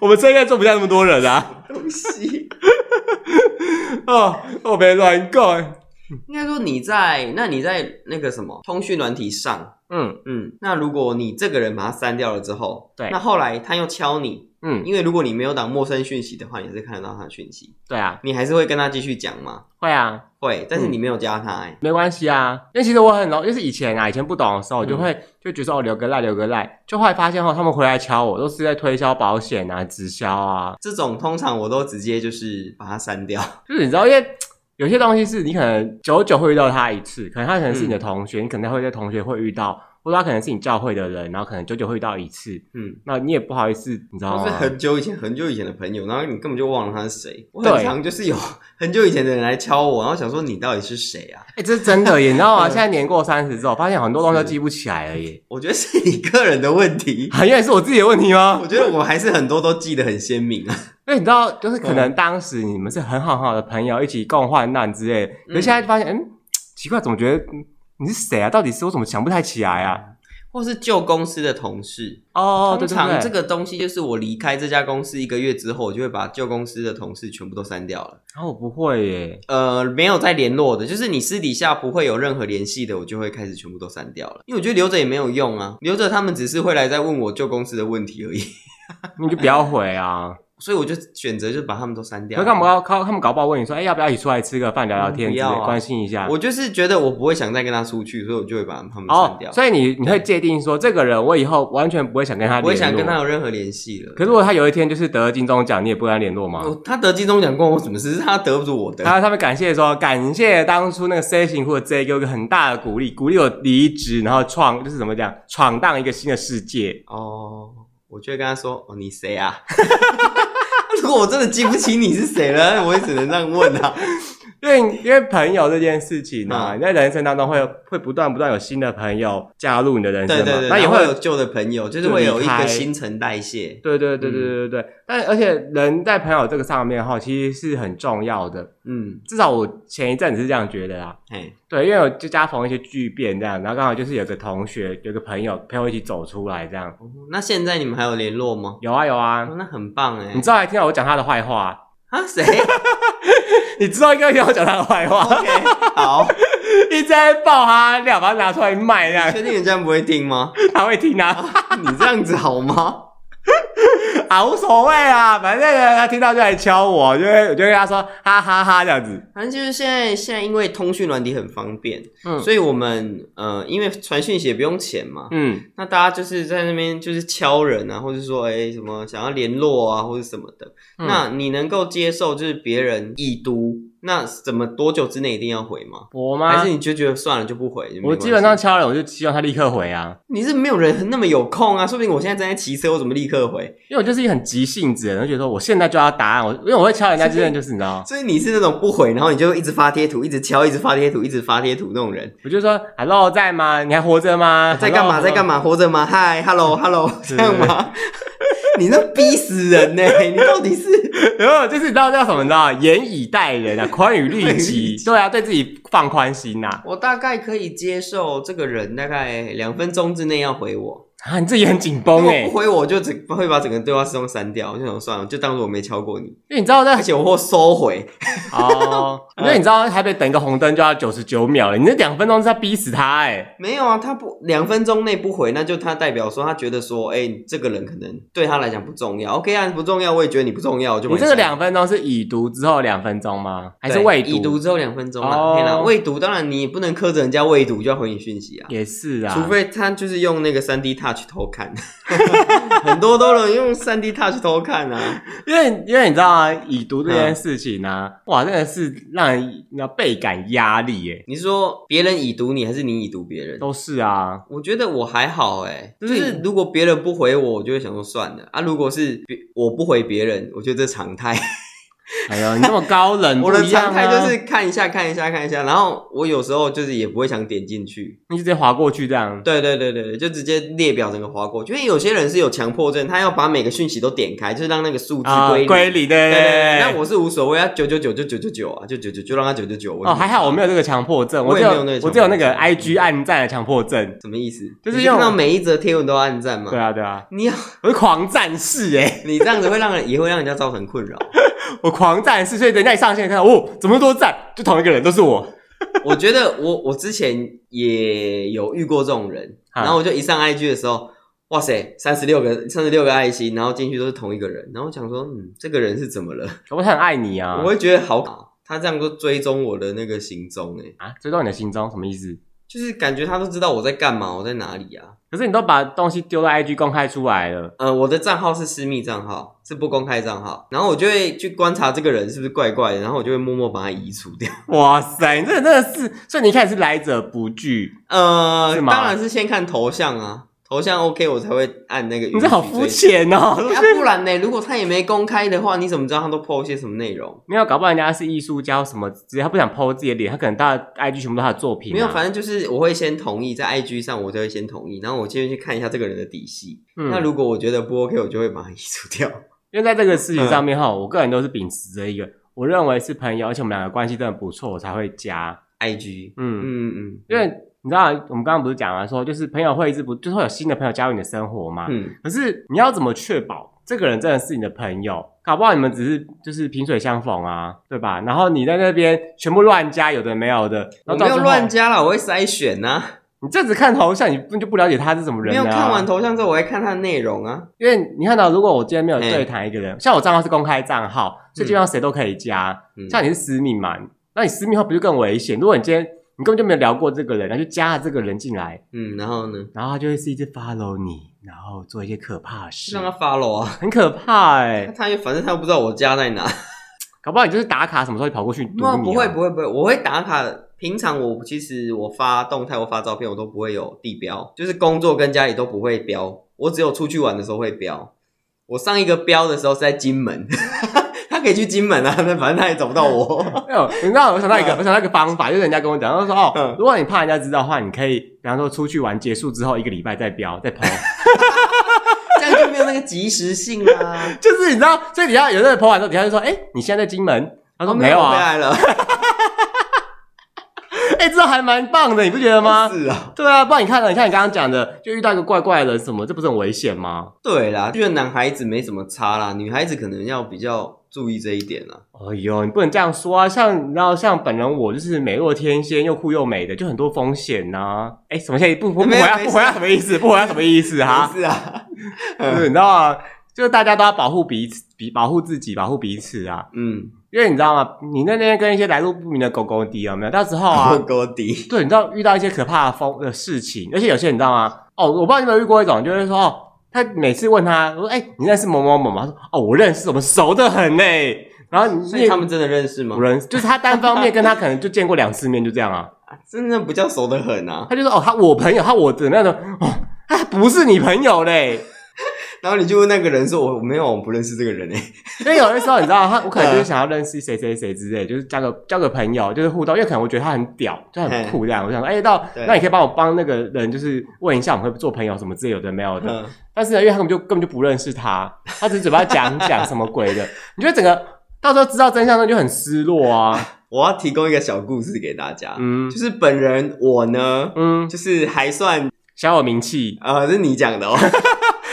S2: 我们车应该坐不下那么多人啊！
S1: 东西？
S2: 哦，我别乱讲。
S1: 应该说你在，那你在那个什么通讯软体上，
S2: 嗯
S1: 嗯，那如果你这个人把他删掉了之后，
S2: 对
S1: 那后来他又敲你，
S2: 嗯，
S1: 因为如果你没有挡陌生讯息的话，你是看得到他的讯息，
S2: 对啊，
S1: 你还是会跟他继续讲吗？
S2: 会啊，
S1: 会，但是你没有加他、欸，
S2: 没关系啊，因为其实我很容，就是以前啊，以前不懂的
S1: 嗯
S2: 时候，我就会、就觉得说哦，留个赖，留个赖，就后来发现后，他们回来敲我，都是在推销保险啊、直销啊，
S1: 这种通常我都直接就是把它删掉。
S2: 就是你知道，因为有些东西是你可能久久会遇到他一次，可能他可能是你
S1: 嗯
S2: 的同学，你可能会在同学会遇到，或者他可能是你教会的人，然后可能久久会遇到一次，
S1: 嗯，
S2: 那你也不好意思，你知道
S1: 都哦是
S2: 吗？
S1: 很久以前、很久以前的朋友，然后你根本就忘了他是谁。我
S2: 对
S1: 很常就是有 *laughs* 很久以前的人来敲我，然后想说你到底是谁啊？
S2: 哎、这是真的耶，你知道吗？
S1: *laughs* 嗯
S2: 现在年过三十之后，发现很多东西都
S1: 是
S2: 记不起来了耶。
S1: 我觉得是你个人的问题。
S2: 啊，原来是我自己的问题吗
S1: 我？觉得我还是很多都记得很鲜明啊。
S2: 因为你知道，就是可
S1: 嗯
S2: 能当时你们是很好很好的朋友，一起共患难之类的，可是现在发现，嗯，奇怪，怎么觉得嗯你是谁啊？到底是我怎么想不太起来啊？
S1: *laughs* 或是旧公司的同事，
S2: 哦，对对
S1: 通常
S2: 对，
S1: 这个东西就是我离开这家公司一个月之后，我就会把旧公司的同事全部都删掉了。
S2: 然哦后我不会耶，
S1: 呃，没有再联络的，就是你私底下不会有任何联系的，我就会开始全部都删掉了，因为我觉得留着也没有用啊，留着他们只是会来再问我旧公司的问题而已，
S2: 你就不要回
S1: *laughs*
S2: 啊。
S1: 所以我就选择就把他们都删掉
S2: 可
S1: 了。
S2: 干嘛搞他们搞不好问你说，哎，要不要一起出来吃个饭、聊聊天之
S1: 嗯
S2: 类
S1: 不要啊
S2: 的，关心一下？
S1: 我就是觉得我不会想再跟他出去，所以我就会把他们
S2: 哦
S1: 删掉，，
S2: 所以你你会界定说，这个人我以后完全不会想跟他
S1: 不会
S2: 联
S1: 想跟他
S2: 络。
S1: 有任何联系了。
S2: 可是如果他有一天就是得了金钟奖，你也不跟他联络吗？
S1: 我他得金钟奖关我什么事？是他得不住我
S2: 还
S1: 得。
S2: 有哦他们感谢说，感谢当初那个 C 型或者 J 给我一个很大的鼓励，鼓励我离职，然后创就是怎么讲，闯荡一个新的世界。
S1: 哦，我就会跟他说：“哦，你谁啊？” *laughs* 如果我真的记不清你是谁了，我也只能这样问
S2: *laughs*
S1: 啊。
S2: 因为因为朋友这件事情啊，
S1: 嗯
S2: 你在人生当中会会不断不断有新的朋友加入你的人生
S1: 对
S2: 嘛，
S1: 对对，
S2: 那也
S1: 然
S2: 会
S1: 后
S2: 有
S1: 有旧的朋友，就是
S2: 就
S1: 会有
S2: 离
S1: 一
S2: 开
S1: 个新陈代谢。
S2: 对对对对对对
S1: 嗯
S2: 对。但而且人在朋友这个上面哈，其实是很重要的。
S1: 嗯，
S2: 至少我前一阵子是这样觉得啦。
S1: 嘿，
S2: 对，因为我就家逢一些巨变这样，然后刚好就是有个同学，有个朋友陪我一起走出来这样。
S1: 哦那现在你们还有联络吗？
S2: 有啊有啊，
S1: 哦那很棒哎
S2: 你。知道还听到我讲他的坏话，
S1: 啊，谁
S2: 你知道应该听到我讲他的坏话，
S1: ？OK，好，
S2: *laughs* 一直在爆他料，把他拿出来卖，这样
S1: 确定人家不会听吗？
S2: *laughs* 他会听啊，
S1: *laughs* 你这样子好吗？
S2: 啊无所谓啊，反正呢他听到就来敲我，就会我就跟他说哈哈哈这样子，
S1: 反正就是现在，现在因为通讯软体很方便，
S2: 嗯
S1: 所以我们呃，因为传讯息也不用钱嘛，
S2: 嗯，
S1: 那大家就是在那边就是敲人啊，或者说哎、什么想要联络啊，或者什么的。
S2: 嗯
S1: 那你能够接受就是别人已读，那怎么多久之内一定要回吗？
S2: 我
S1: 还
S2: 吗
S1: 是？你就觉得算了就不回？就没
S2: 我
S1: 关系
S2: 基本上敲了，我就希望他立刻回啊，
S1: 你是没有人那么有空啊，说不定我现在正在骑车，我怎么立刻回？
S2: 因为我就是一个很急性子的人，我就觉得说我现在就要答案，我因为我会敲人家，真的就是你知道，
S1: 所以你是那种不回，然后你就一直发贴图，一直敲，一直发贴图，一直发贴图那种人。
S2: *laughs* 我就说 hello 在吗？你还活着吗？
S1: 在干嘛？
S2: Hello，*laughs*
S1: 在干嘛？活着吗？嗨，hello hello，这
S2: 对
S1: 样吗？ *laughs* 你那逼死人 *laughs* 呢、你到底是
S2: 然后呃就是你知道叫什么？你知道严以待人啊，宽以律 *laughs* 己，对啊，对自己放宽心呐、啊。
S1: 我大概可以接受这个人大概两分钟之内要回我，
S2: 啊，你自己很紧
S1: 如
S2: 绷
S1: 果
S2: 哎
S1: 不，回我就只会把整个对话视窗删掉。我就想算了，就当做我没敲过你， *laughs*
S2: 因为你知道
S1: 而
S2: 在
S1: 且我会收回。
S2: 哦， *laughs* 因为你知道台北等一个红灯就要九十九秒了，你那两分钟是要逼死他哎、
S1: 没有啊，他不两分钟内不回，那就他代表说他觉得说，哎、这个人可能对他来讲不重要。OK 啊，你不重要，我也觉得你不重要，我就
S2: 你
S1: 没
S2: 这个
S1: 删
S2: 两分钟是已读之后两分钟吗？还是
S1: 对
S2: 未
S1: 已读之后两分钟
S2: 哦
S1: 啊，天哪，未读当然你也不能苛责人家未读就要回你讯息啊，
S2: 也是啊，
S1: 除非他就是用那个三 D Touch 偷看， *laughs* 很多都能用三 D Touch 偷看啊。
S2: 因为因为你知道啊，已读这
S1: 嗯
S2: 件事情呢、啊，哇，真的是让人那倍感压力耶，
S1: 你是说别人已读你，还是你已读别人？
S2: 都是啊，
S1: 我觉得我还好哎、就
S2: 对
S1: 是如果别人不回我，我就会想说算了啊。如果是别我不回别人，我觉得这常
S2: *laughs*
S1: 态。
S2: 哎呦，你这么高冷，
S1: *laughs* 我的
S2: 不一样
S1: 常
S2: 啊
S1: 态就是看一下看一下看一下，然后我有时候就是也不会想点进去。
S2: 你就直接划过去这样，
S1: 对对对对对，就直接列表整个划过去。因为有些人是有强迫症，他要把每个讯息都点开，就是让那个数字
S2: 啊
S1: 归零。
S2: 归零对
S1: 对对
S2: 对
S1: 对，
S2: 对
S1: 那我是无所谓啊，九九九就九九九啊，就九九就让他九九九。
S2: 哦，还好我没有这个强迫症，
S1: 我
S2: 我
S1: 也
S2: 只
S1: 没有那个强迫
S2: 我只有那个
S1: 症
S2: I G 暗赞的强迫症。
S1: 什么意思？
S2: 就是
S1: 你
S2: 用
S1: 看到每一则贴文都要按赞嘛。
S2: 对啊，对啊，
S1: 你要
S2: 我是狂战士哎、
S1: 你这样子会让人也会让人家造成
S2: *laughs*
S1: 困扰。
S2: 我狂战士，所以人家一上线看到，哦，怎么都赞，就同一个人，都是我。
S1: 我觉得我我之前也有遇过这种人，
S2: 啊
S1: 然后我就一上 IG 的时候，哇塞，三十六个三十六个爱心，然后进去都是同一个人，然后我想说，嗯，这个人是怎么了？
S2: 我很爱你啊
S1: 我，会觉得好，他这样就追踪我的那个行踪，哎，
S2: 啊，追到你的心中什么意思？
S1: 就是感觉他都知道我在干嘛，我在哪里啊？
S2: 可是你都把东西丢到 IG 公开出来了，
S1: 呃，我的账号是私密账号，是不公开账号，然后我就会去观察这个人是不是怪怪的，然后我就会默默把他移除掉。
S2: 哇塞，你这个真的是，所以你一开始是来者不拒，
S1: 呃，
S2: 是吗
S1: 当然是先看头像啊，头像 OK 我才会按那个。
S2: 你这好肤。浅哦。
S1: 啊，不然呢？如果他也没公开的话，你怎么知道他都 PO 些什么内容？
S2: 没有，搞不好人家是艺术家或什么，只是他不想 PO 自己的脸，他可能大家 IG 全部都是他的作品、啊。
S1: 没有，反正就是我会先同意，在 IG 上我就会先同意，然后我先去看一下这个人的底细。
S2: 嗯
S1: 那如果我觉得不 OK，我就会把它移除掉。 *laughs*
S2: 因为在这个事情上面哈，我个人都是秉持着一个，我认为是朋友，而且我们两个关系真的不错，我才会加。
S1: IG，嗯
S2: 嗯，
S1: 嗯嗯，
S2: 因为你知道，我们刚刚不是讲了说，就是朋友会一直不，就是会有新的朋友加入你的生活嘛。
S1: 嗯
S2: 可是你要怎么确保这个人真的是你的朋友？搞不好你们只是就是萍水相逢啊，对吧？然后你在那边全部乱加，有的没有的，然后
S1: 我没
S2: 到
S1: 有
S2: 时候
S1: 乱，加啦，我会筛选啊呐、
S2: 你这只看头像，你你就不了解他是什么人、
S1: 没
S2: 啊。
S1: 有看完头像之后，我会看他的内容啊。
S2: 因为你看到，如果我今天没有
S1: 嘿
S2: 对谈一个人，像我账号是公开账号，所以基本上谁都可以加。
S1: 嗯
S2: 像你是私密嘛，那你私密的话不就更危险？如果你今天你根本就没有聊过这个人，然后就加了这个人进来，
S1: 嗯，然后呢，
S2: 然后他就会是一直 follow 你，然后做一些可怕的事
S1: 就，让他 follow 啊。
S2: 很可怕哎、
S1: 那他又反正他又不知道我家在哪。 *laughs*
S2: 搞不好你就是打卡什么时候就跑过去堵你、
S1: 那
S2: 啊。
S1: *laughs* 不会不会不会，我会打卡的。平常我其实我发动态或发照片，我都不会有地标，就是工作跟家里都不会标，我只有出去玩的时候会标。我上一个标的时候是在金门， *laughs* 他可以去金门啊，那反正他也找不到我。
S2: 没有，你知道我想到一个，
S1: 嗯
S2: 我想到一个方法，就是人家跟我讲，他说哦
S1: 嗯，
S2: 如果你怕人家知道的话，你可以，比方说出去玩结束之后一个礼拜再标再
S1: *laughs*
S2: PO，
S1: *laughs* 这样就没有那个及时性啦、 *laughs* 啊。
S2: 就是你知道，所以你要有的人 PO 完之后，底下就说，哎、你现在在金门？他说、没有
S1: 哦我回
S2: 啊，
S1: 来 *laughs* 了，
S2: 哎、这还蛮棒的，你不觉得吗？
S1: *laughs* 是啊，
S2: 对啊，不然你看了，你看你刚刚讲的，就遇到一个怪怪的人什么，这不是很危险吗？
S1: 对啦，觉得男孩子没什么差啦，女孩子可能要比较注意这一点啦。
S2: 哎呦，你不能这样说啊！像你知道，像本人我就是美若天仙，又酷又美的，就很多风险呐、哎，什么现在不不不
S1: 没
S2: 回
S1: 有
S2: 答
S1: 没事
S2: 不回答什么意思？不回答什么意思哈、
S1: *laughs* 是啊，
S2: 就是你知道吗？就是大家都要保护彼此，比保护自己，保护彼此啊。
S1: *laughs* 嗯，
S2: 因为你知道吗？你那天跟一些来路不明的狗狗敌有没有？到时候啊
S1: *laughs* 我，勾底，
S2: 对，你知道遇到一些可怕的风的事情，而且有些你知道吗？哦，我不知道你有没有遇过一种，就是说，哦，他每次问他，我说，哎、你认识某某某吗？他说，哦，我认识，我们熟得很呢。然后你
S1: 所以他们真的认识吗
S2: 不？认识， *laughs* 就是他单方面跟他可能就见过两次面，就这样啊。
S1: 真的不叫熟得很啊。
S2: 他就说，哦，他我朋友，他我的那种，哦，他不是你朋友嘞。 *laughs*
S1: 然后你就问那个人说：“我我没有，我不认识这个人欸诶。
S2: 因为有的时候你知道，他我可能就是想要认识谁谁谁之类，就是交个交个朋友，就是互动，因为可能我觉得他很屌，就很酷这样。我想说，哎、到
S1: 对
S2: 那你可以帮我帮那个人，就是问一下我们会不会做朋友什么之类有的没有的。
S1: 嗯，
S2: *laughs* 但是呢，因为他们就根本就不认识他，他只是嘴巴讲讲什么鬼的， *laughs* 你就整个到时候知道真相，那就很失落啊。
S1: 我要提供一个小故事给大家，
S2: *laughs* 嗯
S1: 就是本人我呢，
S2: 嗯，
S1: 就是还算
S2: 小有名气。
S1: 呃，是你讲 *laughs* 的哦。
S2: *laughs*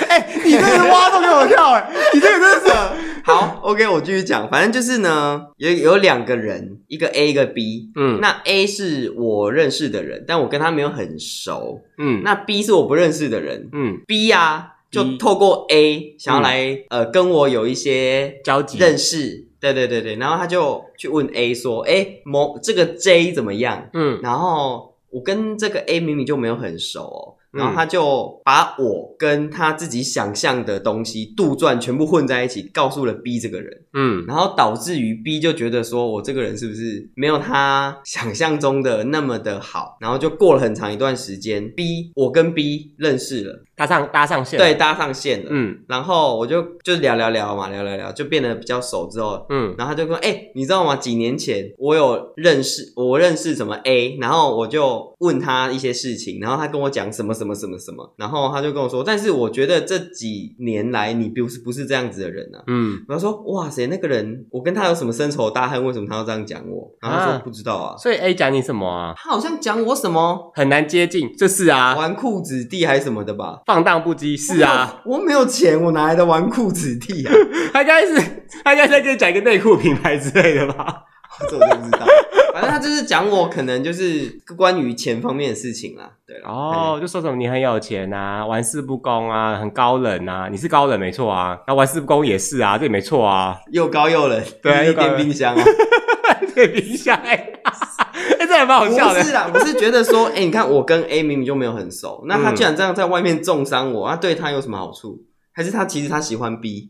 S2: 哎、你这是挖洞给我跳哎、你这个真的是，
S1: 啊好，OK，我继续讲。反正就是呢，有有两个人，一个 A，一个 B。
S2: 嗯
S1: 那 A 是我认识的人，但我跟他没有很熟。
S2: 嗯
S1: 那 B 是我不认识的人
S2: 嗯，
S1: ，B 呀、啊，就
S2: B
S1: 透过 A 想要来、呃跟我有一些
S2: 交集
S1: 认识。对对对对，然后他就去问 A 说：“哎，某这个 J 怎么样？”
S2: 嗯
S1: 然后我跟这个 A 明明就没有很熟哦，然后他就把我跟他自己想象的东西杜撰全部混在一起，告诉了 B 这个人，
S2: 嗯，
S1: 然后导致于 B 就觉得说我这个人是不是没有他想象中的那么的好，然后就过了很长一段时间，B 我跟 B 认识了，
S2: 搭上搭上线，
S1: 对，，搭上线了，
S2: 嗯
S1: 然后我就就聊聊聊嘛，聊聊聊，就变得比较熟之后，
S2: 嗯
S1: 然后他就说：“哎、你知道吗？几年前我有认识，我认识什么 A，然后我就问他一些事情，然后他跟我讲什么什么什么什么，然后他就跟我说，但是我觉得这几年来你不是不是这样子的人啊。”
S2: 嗯，
S1: 我就说：“哇塞，那个人，我跟他有什么深仇大恨？为什么他要这样讲我？”然后他说：“
S2: 啊
S1: 不知道啊，
S2: 所以 A 讲你什么啊？
S1: 他好像讲我什么
S2: 很难接近，就是啊，
S1: 纨绔子弟还是什么的吧。”
S2: 放荡不羁， *laughs* 是啊，
S1: 我没有，我没有钱，我哪来的纨绔子弟啊？ *laughs*
S2: 他应该是他应该在跟你讲一个内裤品牌之类的吧？
S1: 这我就不知道。反正他就是讲我可能就是关于钱方面的事情啦，对啦。
S2: 哦，就说什么你很有钱啊，玩世不恭啊，很高冷啊，你是高冷没错啊，那玩世不恭也是啊，这也没错啊， *laughs*
S1: 嗯，又高又冷，
S2: 对啊
S1: 一
S2: 又高又
S1: 电
S2: 冷
S1: 冰箱哦。
S2: 对比下来， *laughs* 哎，这还 *laughs* 蛮好
S1: 不
S2: 笑的
S1: 是。啦，我是觉得说，哎、你看我跟 A 明明就没有很熟，那他
S2: 嗯
S1: 既然这样在外面重伤我，啊那对他有什么好处？还是他其实他喜欢 B，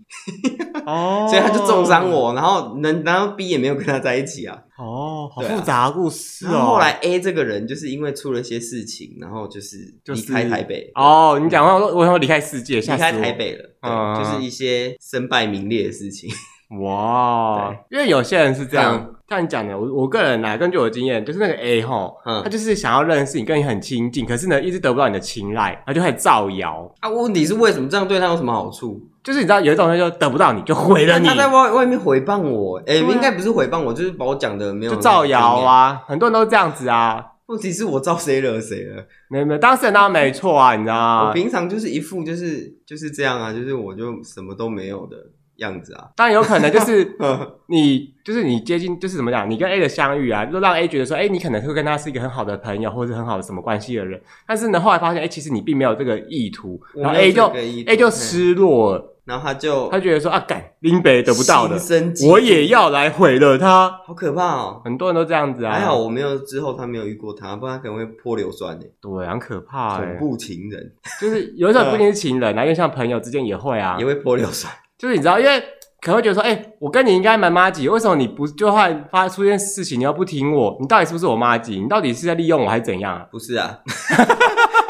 S2: 哦
S1: 所以他就重伤。我，然后能然后 B 也没有跟他在一起啊。
S2: 哦，好
S1: 对啊
S2: 复杂的故事
S1: 然
S2: 哦。
S1: 后后来 A 这个人就是因为出了一些事情，然后就是
S2: 就
S1: 离
S2: 是
S1: 开台北，
S2: 哦，你讲话我我想离开世界，
S1: 离
S2: 吓死
S1: 开
S2: 我
S1: 台。北了，对
S2: 嗯
S1: 就是一些身败名裂的事情。 *laughs*
S2: 哇，因为有些人是这
S1: 嗯
S2: 样，像你讲的，我我个人啦，根据我的经验，就是那个 A 吼，
S1: 嗯
S2: 他就是想要认识你，跟你很亲近，可是呢，一直得不到你的青睐，他就开始造谣。
S1: 啊，问题是为什么这样对他有什么好处？
S2: 就是你知道有一种人就得不到你就毁啊了你
S1: 他，在外外面诽谤我，哎、
S2: 对啊
S1: 应该不是诽谤我，就是把我讲的没有
S2: 就造谣。啊，很多人都是这样子啊。
S1: 问题是我招谁惹谁了？
S2: 没有没有，当事人当然没错啊，你知道
S1: 我
S2: 吗？
S1: 平常就是一副就是就是这样啊，就是我就什么都没有的样子啊。 *laughs*
S2: 当然有可能就是
S1: 嗯
S2: 你就是你接近，就是怎么讲，你跟 A 的相遇啊，就让 A 觉得说，哎、你可能会跟他是一个很好的朋友，或者是很好的什么关系的人。但是呢，后来发现，哎、其实你并没有这个意图，然后 A 就 A
S1: 嗯
S2: 就，失落了，
S1: 我没有这个意图嘿然后他就
S2: 他觉得说，啊，干林北得不到的
S1: 心，生嫉妒
S2: 我也，要来毁了他。
S1: 好可怕哦。
S2: 很多人都这样子啊，
S1: 还好我没有之后他没有遇过他，不然他可能会泼硫酸诶、
S2: 对，很可怕、
S1: 恐
S2: 欸，
S1: 怖情人
S2: 就是有
S1: *laughs*
S2: 时候不一定是情人啊，因为像朋友之间也会啊
S1: 也，会泼硫酸， *laughs*
S2: 就是你知道，因为可能会觉得说，哎、我跟你应该蛮妈吉，为什么你不就会发出现事情，你要不听我？你到底是不是我妈吉？你到底是在利用我还是怎样啊？
S1: 不是啊？ *laughs*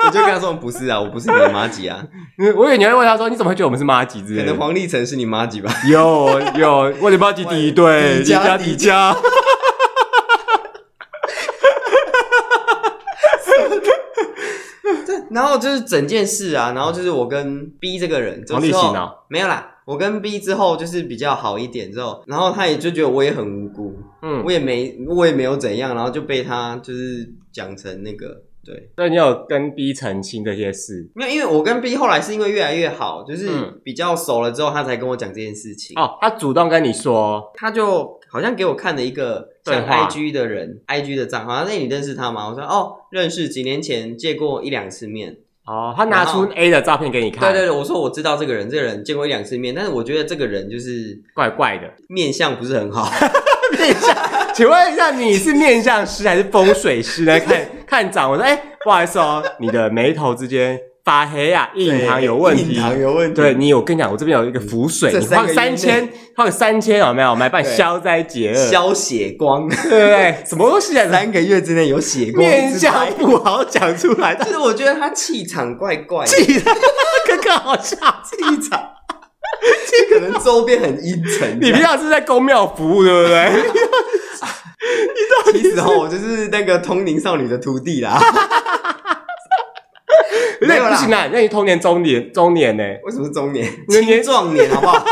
S1: 我就跟他说不是啊，我不是你的妈吉
S2: *laughs*
S1: 啊，
S2: 因为我以为你会问他说，你怎么会觉得我们是妈吉之
S1: 可
S2: 类的
S1: 能？黄立成是你妈吉吧。 *laughs*
S2: 有有，我的妈吉第一队，
S1: 底 *laughs*
S2: 李
S1: 加
S2: 家
S1: 底
S2: 李家，
S1: 然后就是整件事啊，然后就是我跟 B 这个人，
S2: 黄
S1: 之
S2: 立
S1: 后
S2: 行啊
S1: 没有啦，我跟 B 之后就是比较好一点之后，然后他也就觉得我也很无辜，
S2: 嗯
S1: 我，也没我也没有怎样，然后就被他就是讲成那个对，
S2: 所以你有跟 B 澄清这些事
S1: 没有，因为我跟 B 后来是因为越来越好，就是
S2: 嗯
S1: 比较熟了之后，他才跟我讲这件事情。
S2: 哦，他主动跟你说，
S1: 他就好像给我看了一个
S2: 对
S1: 像
S2: 话
S1: IG 的人，IG 的账号，他说：“哎、你认识他吗？”我说：“哦，认识，几年前见过一两次面。”
S2: 哦，他拿出
S1: 然
S2: A 的照片给你看，
S1: 对对对，我说我知道这个人，这个人见过一两次面，但是我觉得这个人就是
S2: 怪怪的。
S1: 面相不是很好，
S2: 面相，请问一下，你是面相师还是风水师
S1: *laughs*
S2: 呢？看看长，我说，哎、不好意思哦，你的眉头之间发黑啊， *laughs* 印堂有问
S1: *laughs* 印
S2: 题。
S1: 堂有问题。
S2: 对你，我跟你讲，我这边有一个符水，
S1: 这
S2: 你
S1: 三
S2: 花个
S1: 个月
S2: 三
S1: 内
S2: 千，花个三千有没有？我们来帮你
S1: 对
S2: 消灾解厄，
S1: 消血光，
S2: 对不对？什么东西啊？
S1: 三个月之内有血光
S2: 面
S1: 之
S2: 相
S1: 灾。
S2: 不好讲出来，但
S1: *laughs* 就是我觉得他气场怪怪的，
S2: 气的哥哥好笑。
S1: 气场，可能周边很阴沉。
S2: 你平常是在公庙服务，对不对？
S1: 其实哦，我就是那个通灵少女的徒弟
S2: *laughs*
S1: 啦。 *laughs* 没有
S2: 那
S1: 啦
S2: 不行啊，那你童年中
S1: *laughs*
S2: 年中年呢、
S1: 为什么是中年？
S2: 你的
S1: 青
S2: 年
S1: 壮年好不好？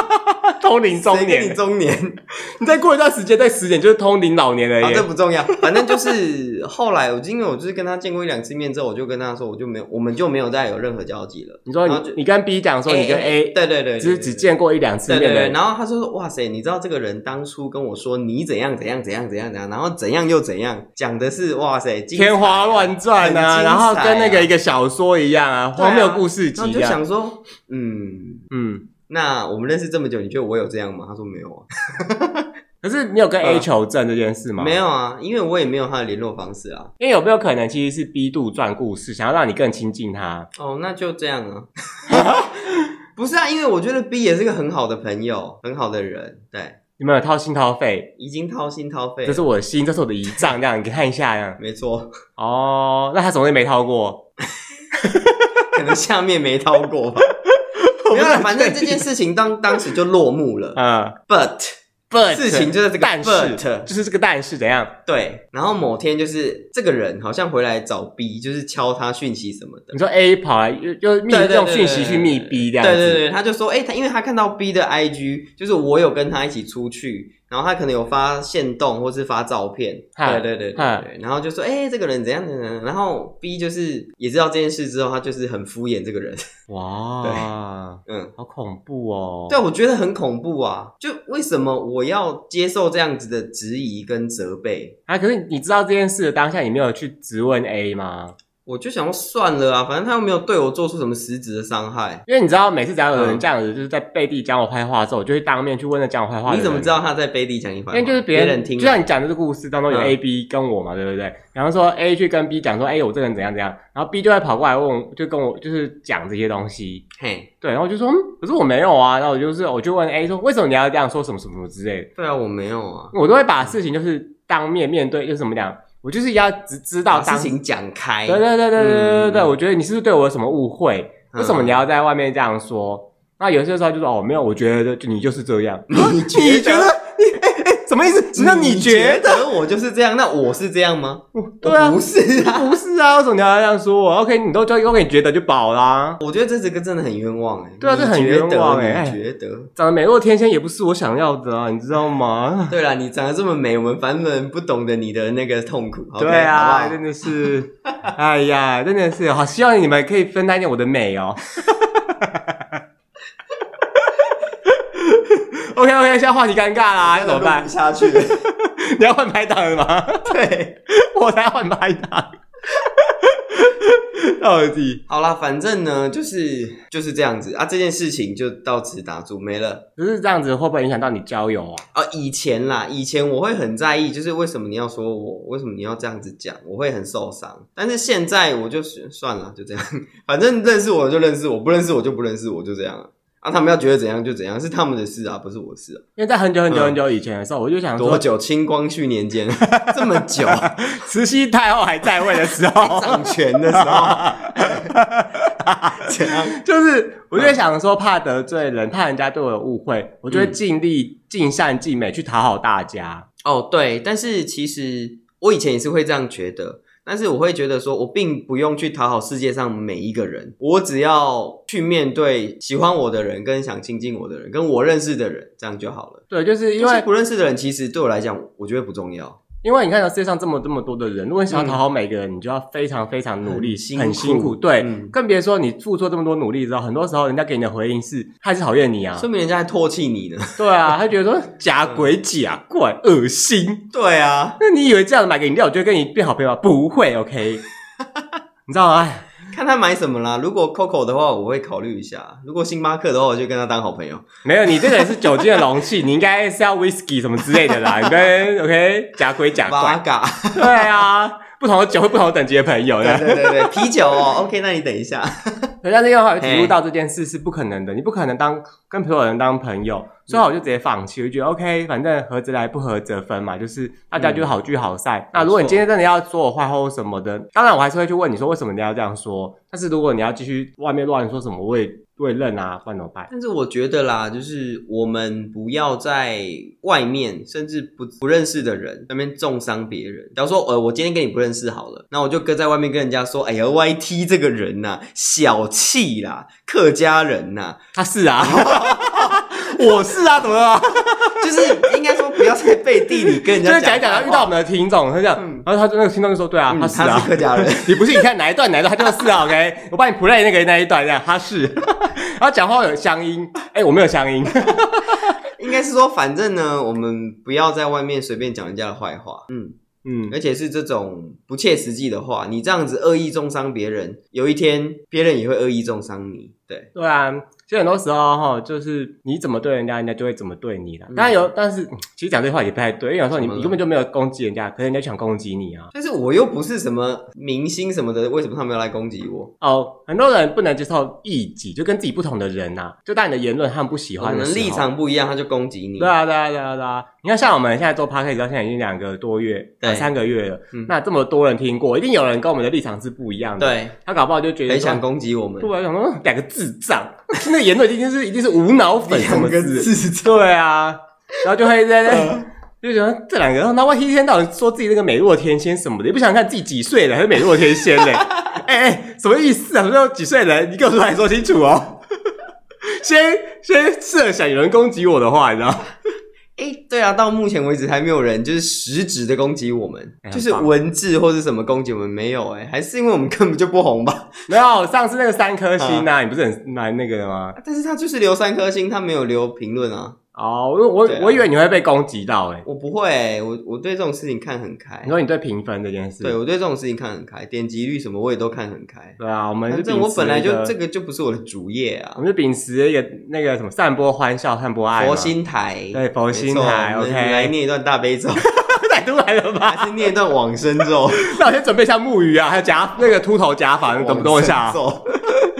S2: 通灵 *laughs* 中
S1: 谁跟你
S2: 年，
S1: 中年？
S2: 你再过一段时间，再十年就是通灵老年了
S1: 啊，
S2: 耶
S1: 这。不重要，反正就是后来我因为我就是跟他见过一两次面之后，我就跟他说，我就没有，我们就没有再有任何交集了。
S2: 你说
S1: 然后
S2: 你
S1: 就
S2: 你跟 B 讲说你跟 A
S1: 对对对，
S2: 只是
S1: 对
S2: 只。见过一两次
S1: 哎对对
S2: 面
S1: 对，
S2: 的，
S1: 然后他就说：“哇塞，你知道这个人当初跟我说你怎样怎样怎样怎样怎样，然后怎样又怎样，讲的是哇塞精彩啊
S2: 天花乱转
S1: 很精彩
S2: 啊，
S1: 啊
S2: 然后跟那个一个小说一样啊，
S1: 对啊
S2: 荒谬故事集
S1: 然后我就
S2: 啊，
S1: 想说，嗯，
S2: 嗯，
S1: 那我们认识这么久，你觉得我有这样吗？他说没有啊，
S2: 可是你有跟 A
S1: 嗯
S2: 求证这件事吗？
S1: 没有，啊，因为我也没有他的联络方式啊。
S2: 因为有没有可能其实是 B 度转故事，想要让你更亲近他？
S1: 哦，那就这样啊。 *laughs* 不是啊，因为我觉得 B 也是个很好的朋友，很好的人，对，
S2: 你们有掏心掏肺，
S1: 已经掏心掏肺
S2: 这
S1: 了，
S2: 是我的心，这是我的遗账，这样你看一下这样。
S1: 没错，
S2: 哦，那他总是没掏过，
S1: 可能下面没掏过
S2: *laughs*
S1: 吧。没有啊，反正这件事情当当时就落幕了。
S2: 嗯
S1: But
S2: ，but
S1: 事情就在这个
S2: 但是
S1: but
S2: 就是这个但是怎样？
S1: 对，然后某天就是这个人好像回来找 B，就是敲他讯息什么的
S2: 你。说 A 跑来又又密
S1: 对对
S2: 用
S1: 对
S2: 讯息去密 B 这样
S1: 对
S2: 子，
S1: 对对，他就说，哎、他因为他看到 B 的 IG，就是我有跟他一起出去，然后他可能有发现动或是发照片，
S2: 嗨
S1: 对对对对
S2: 嗨
S1: 对，然后就说，哎、这个人怎样怎样怎样，然后 B 就是也知道这件事之后，他就是很敷衍这个人，
S2: 哇，
S1: 嗯，
S2: 好恐怖哦。
S1: 对，我觉得很恐怖啊，就为什么我要接受这样子的质疑跟责备？
S2: 啊，可是你知道这件事的当下，你没有去质问 A 吗？
S1: 我就想说算了啊，反正他又没有对我做出什么实质的伤害，
S2: 因为你知道，每次只要有人
S1: 嗯
S2: 这样子，就是在背地讲我坏话的时候，我就会当面去问那讲我坏话的人。
S1: 你怎么知道他在背地讲你坏
S2: 因
S1: 话？
S2: 为就是别
S1: 别
S2: 人，
S1: 人听
S2: 就像你讲的这个故事当中有
S1: 嗯
S2: A、B 跟我嘛，对不对？然后说 A 去跟 B 讲说，哎、我这个人怎样怎样，然后 B 就会跑过来问我，就跟我就是讲这些东西，
S1: 嘿，
S2: 对，然后我就说，嗯，可是我没有啊，然后我就是我就问 A 说，为什么你要这样说什么什么什么之类的，
S1: 对啊，我没有啊。
S2: 我都会把事情就是当面面对，就是怎么讲，我就是要知知道
S1: 把
S2: 当
S1: 事情讲开，
S2: 对对对对对对对，
S1: 嗯
S2: 我觉得你是不是对我有什么误会？
S1: 嗯
S2: 为什么你要在外面这样说？那有些时候就说哦，没有，我觉得就你就是这样。 *laughs* 你
S1: 觉得
S2: 你哎哎，什么意思？只要你觉得？
S1: 得我就是这样，那我是这样吗？
S2: 对啊
S1: 我不是啊，
S2: 不是啊，为什么你要这样说我？OK，你都就 OK，你觉得就饱啦。
S1: 我觉得这是个真的很冤枉哎、
S2: 对啊
S1: 你
S2: 这很
S1: 觉得
S2: 冤枉欸
S1: 你觉得？
S2: 长得美若天仙也不是我想要的啊，你知道吗？
S1: 对啦，你长得这么美，我们凡人不懂得你的那个痛苦。OK，
S2: 对啊，
S1: 好不好
S2: 真的是， *laughs* 哎呀，真的是，好希望你们可以分担一点我的美哦。OK OK，现在话题尴尬啦，啊要怎么
S1: 录 *laughs*
S2: 办
S1: 不？下去了，
S2: 你要换拍档了吗？对， *laughs* 我才要换拍档。到底
S1: 好啦，反正呢，就是就是这样子啊，这件事情就到此打住，没了。
S2: 可是这样子会不会影响到你交友啊？
S1: 啊，以前啦，以前我会很在意，就是为什么你要说我，为什么你要这样子讲，我会很受伤。但是现在我就是算了，就这样， *laughs* 反正认识我就认识我，不认识我就不认识我，就这样啊。啊，他们要觉得怎样就怎样，是他们的事啊，不是我的事啊。啊
S2: 因为在很久很久很久以前的时候，我就想
S1: 多
S2: 说，
S1: 久？清光绪年间这么久，
S2: 慈禧太后还在位的时 *laughs* 候，
S1: 掌权的时候 *laughs* 怎样？
S2: 就是我
S1: 嗯
S2: 就会想说，怕得罪人，怕人家对我有误会，我就会尽力尽善尽美去讨好大家。
S1: 哦，对，但是其实我以前也是会这样觉得，但是我会觉得说，我并不用去讨好世界上每一个人，我只要去面对喜欢我的人、跟想亲近我的人、跟我认识的人，这样就好了。
S2: 对，就是因
S1: 因为
S2: 为
S1: 不认识的人，其实对我来讲，我觉得不重要。
S2: 因为你看到世界上这么这么多的人，如果你想要讨好每个人，你就要非常非常努力，
S1: 嗯很辛苦
S2: 很辛苦。对，
S1: 嗯
S2: 更别说你付出这么多努力之后，很多时候人家给你的回应是他还是讨厌你啊
S1: 说。明人家还唾弃你呢。 *laughs*
S2: 对啊，他觉得说假鬼假怪，恶心。
S1: 对啊，
S2: *laughs* 那你以为这样买个饮料，我就会跟你变好朋友吗？不会，OK。你知道吗？哎
S1: 看他买什么啦。如果 Coco 的话，我会考虑一下；如果星巴克的话，我就跟他当好朋友。
S2: 没有，你这个人是酒精的容器，你应该是要 whisky 什么之类的啦。你跟 OK 假鬼假
S1: *laughs* 八
S2: 怪，
S1: 嘎，
S2: 对啊，不同的酒会不同等级的朋友
S1: 对
S2: 的。
S1: 对对对，啤酒哦。OK，那你等一下。
S2: 人家那个话体悟到这件事是不可能的，你不可能当跟所有人当朋友，所以我就直接放弃，我就觉得 OK，反正合则来，不合则分嘛，就是大家就好聚好散。那如果你今天真的要说我坏话或什么的，当然我还是会去问你说为什么你要这样说，但是如果你要继续外面乱说什么，我也我也认啊，不然怎么办？
S1: 但是我觉得啦，就是我们不要在外面，甚至不不认识的人那边重伤别人。假如说，呃，我今天跟你不认识好了，那我就跟在外面跟人家说，哎呀，YT 这个人呐、小气啦，客家人呐、
S2: 他、是啊， *laughs* 我是啊，怎么了？
S1: 就是应该说不要在背地里跟人
S2: 就
S1: 家
S2: 是讲一讲，然后遇到我们的听众，他就这样，
S1: 嗯
S2: 然后他就那个听众就说：“对啊，
S1: 嗯
S2: 他是啊，
S1: 他是客家人
S2: 你不信？你看哪一段哪一段，他就是啊。OK，我帮你 play 那个那一段，这样他是。 *laughs* 然后讲话有乡音，哎、我没有乡音， *laughs*
S1: 应该是说，反正呢，我们不要在外面随便讲人家的坏话，嗯。
S2: 嗯，
S1: 而且是这种不切实际的话，你这样子恶意重伤别人，有一天别人也会恶意重伤你。对，
S2: 对啊。所以很多时候哈，就是你怎么对人家，人家就会怎么对你啦。当然有，但是嗯其实讲这话也不太对，因为有时候你
S1: 怎么了
S2: 你根本就没有攻击人家，可是人家就想攻击你啊。
S1: 但是我又不是什么明星什么的，为什么他们要来攻击我？
S2: 哦，很多人不能接受异己，就跟自己不同的人呐、就当你的言论和不喜
S1: 可
S2: 欢的
S1: 能
S2: 时候啊
S1: 立场不一样，他就攻击你。
S2: 对啊，对啊，对啊，对啊！你看，像我们现在做 p o d c a s t 到现在已经两个多月，
S1: 对
S2: 啊三个月了、
S1: 嗯
S2: 那这么多人听过，一定有人跟我们的立场是不一样的。，
S1: 对，
S2: 他搞不好就觉得
S1: 很想
S2: 说，
S1: 攻击我们。
S2: 对啊，想说两个智障，那言论一定是一定是无脑粉什么
S1: 两个
S2: 字，对啊，然后就会在那。就觉得这两个人，那我一天到晚说自己那个美若天仙什么的，也不想看自己几岁了，还是美若天
S1: *laughs*
S2: 仙嘞？哎哎、什么意思啊？什么叫几岁人？你给我出来说清楚哦！ *laughs* 先先设想有人攻击我的话，你知道吗？
S1: 哎、对啊，到目前为止还没有人就是实质的攻击我们，
S2: 哎
S1: 就是
S2: 很棒
S1: 文字或是什么攻击我们没有、哎，还是因为我们根本就不红吧？ *laughs*
S2: 没有，上次那个三颗星
S1: 嗯
S2: 啊，你不是很蛮那个的吗？
S1: 但是他就是留三颗星，他没有留评论啊。
S2: 哦，我我、
S1: 对啊
S2: 我以为你会被攻击到诶、
S1: 我不会、我我对这种事情看很开
S2: 你。说你对评分这件事，
S1: 对我对这种事情看很开，点击率什么我也都看很开。
S2: 对啊，我们是
S1: 反正
S2: 秉
S1: 我
S2: 持
S1: 本来
S2: 一
S1: 就
S2: 个
S1: 这个就不是我的主业啊
S2: 我。们是秉持一个那个什么散播欢笑、散播爱嘛，*laughs*
S1: 佛心台，
S2: 对佛心台
S1: 没错我们
S2: OK
S1: 来念一段大悲咒， *laughs*
S2: 太突然了吧？
S1: 还是念一段往生
S2: *laughs*
S1: 咒？
S2: 那我先准备一下木鱼啊，还有
S1: *laughs*
S2: 假那个秃头假发，你懂不懂一下啊
S1: 往？生咒
S2: *laughs*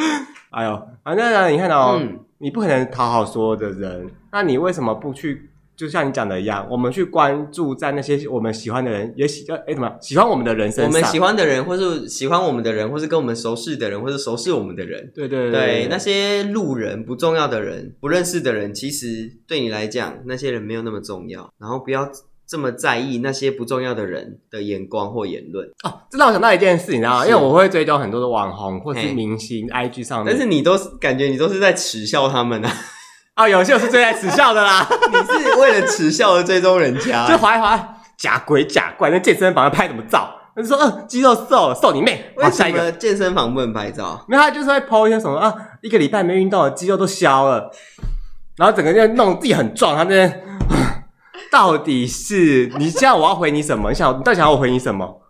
S2: 哎呦，反正呢，你看哦，
S1: 嗯
S2: 你不可能讨好所有的人，那你为什么不去？就像你讲的一样，我们去关注在那些我们喜欢的人，也喜呃，哎，怎么样喜欢我们的人身上？
S1: 我们喜欢的人，或是喜欢我们的人，或是跟我们熟识的人，或是熟识我们的人，
S2: 对对
S1: 对那些路人、不重要的人、不认识的人，其实对你来讲，那些人没有那么重要。然后不要这么在意那些不重要的人的眼光或言论。
S2: 哦，这让我想到一件事，你知道吗？
S1: 是
S2: 因为我会追踪很多的网红或是
S1: 嘿
S2: 明星 IG 上面，
S1: 但是你都是感觉你都是在耻笑他
S2: *laughs*
S1: 们啊，
S2: 啊、有些我是最爱耻笑的
S1: *laughs*
S2: 啦， *laughs*
S1: 你是为了耻笑而追踪人家、
S2: 就滑一滑，假鬼假怪，那健身房在拍什么照？他就说，嗯、肌肉瘦了，瘦你妹！哇，
S1: 为
S2: 下
S1: 什
S2: 一个，
S1: 么健身房不能拍照？
S2: 没有他就是会 PO 一些什么啊，一个礼拜没运动了，肌肉都消了，然后整个就弄自己很壮，他这边。 *laughs* 到底是你这样，我要回你什么？你想，你到底想要我回你什么？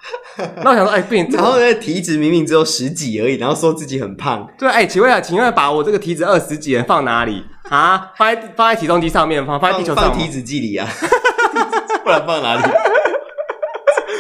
S2: 那我想说，哎、不行，这个
S1: *laughs* 然后呢，体脂明明只有十几而已，然后说自己很胖，
S2: 对，哎、请问啊，请问把我这个体脂二十几人放哪里啊？放在放在体重机上面，放放在
S1: 放
S2: 地球上
S1: 放
S2: 吗
S1: 体脂计里啊， *laughs* 不然
S2: *laughs*
S1: 放哪里？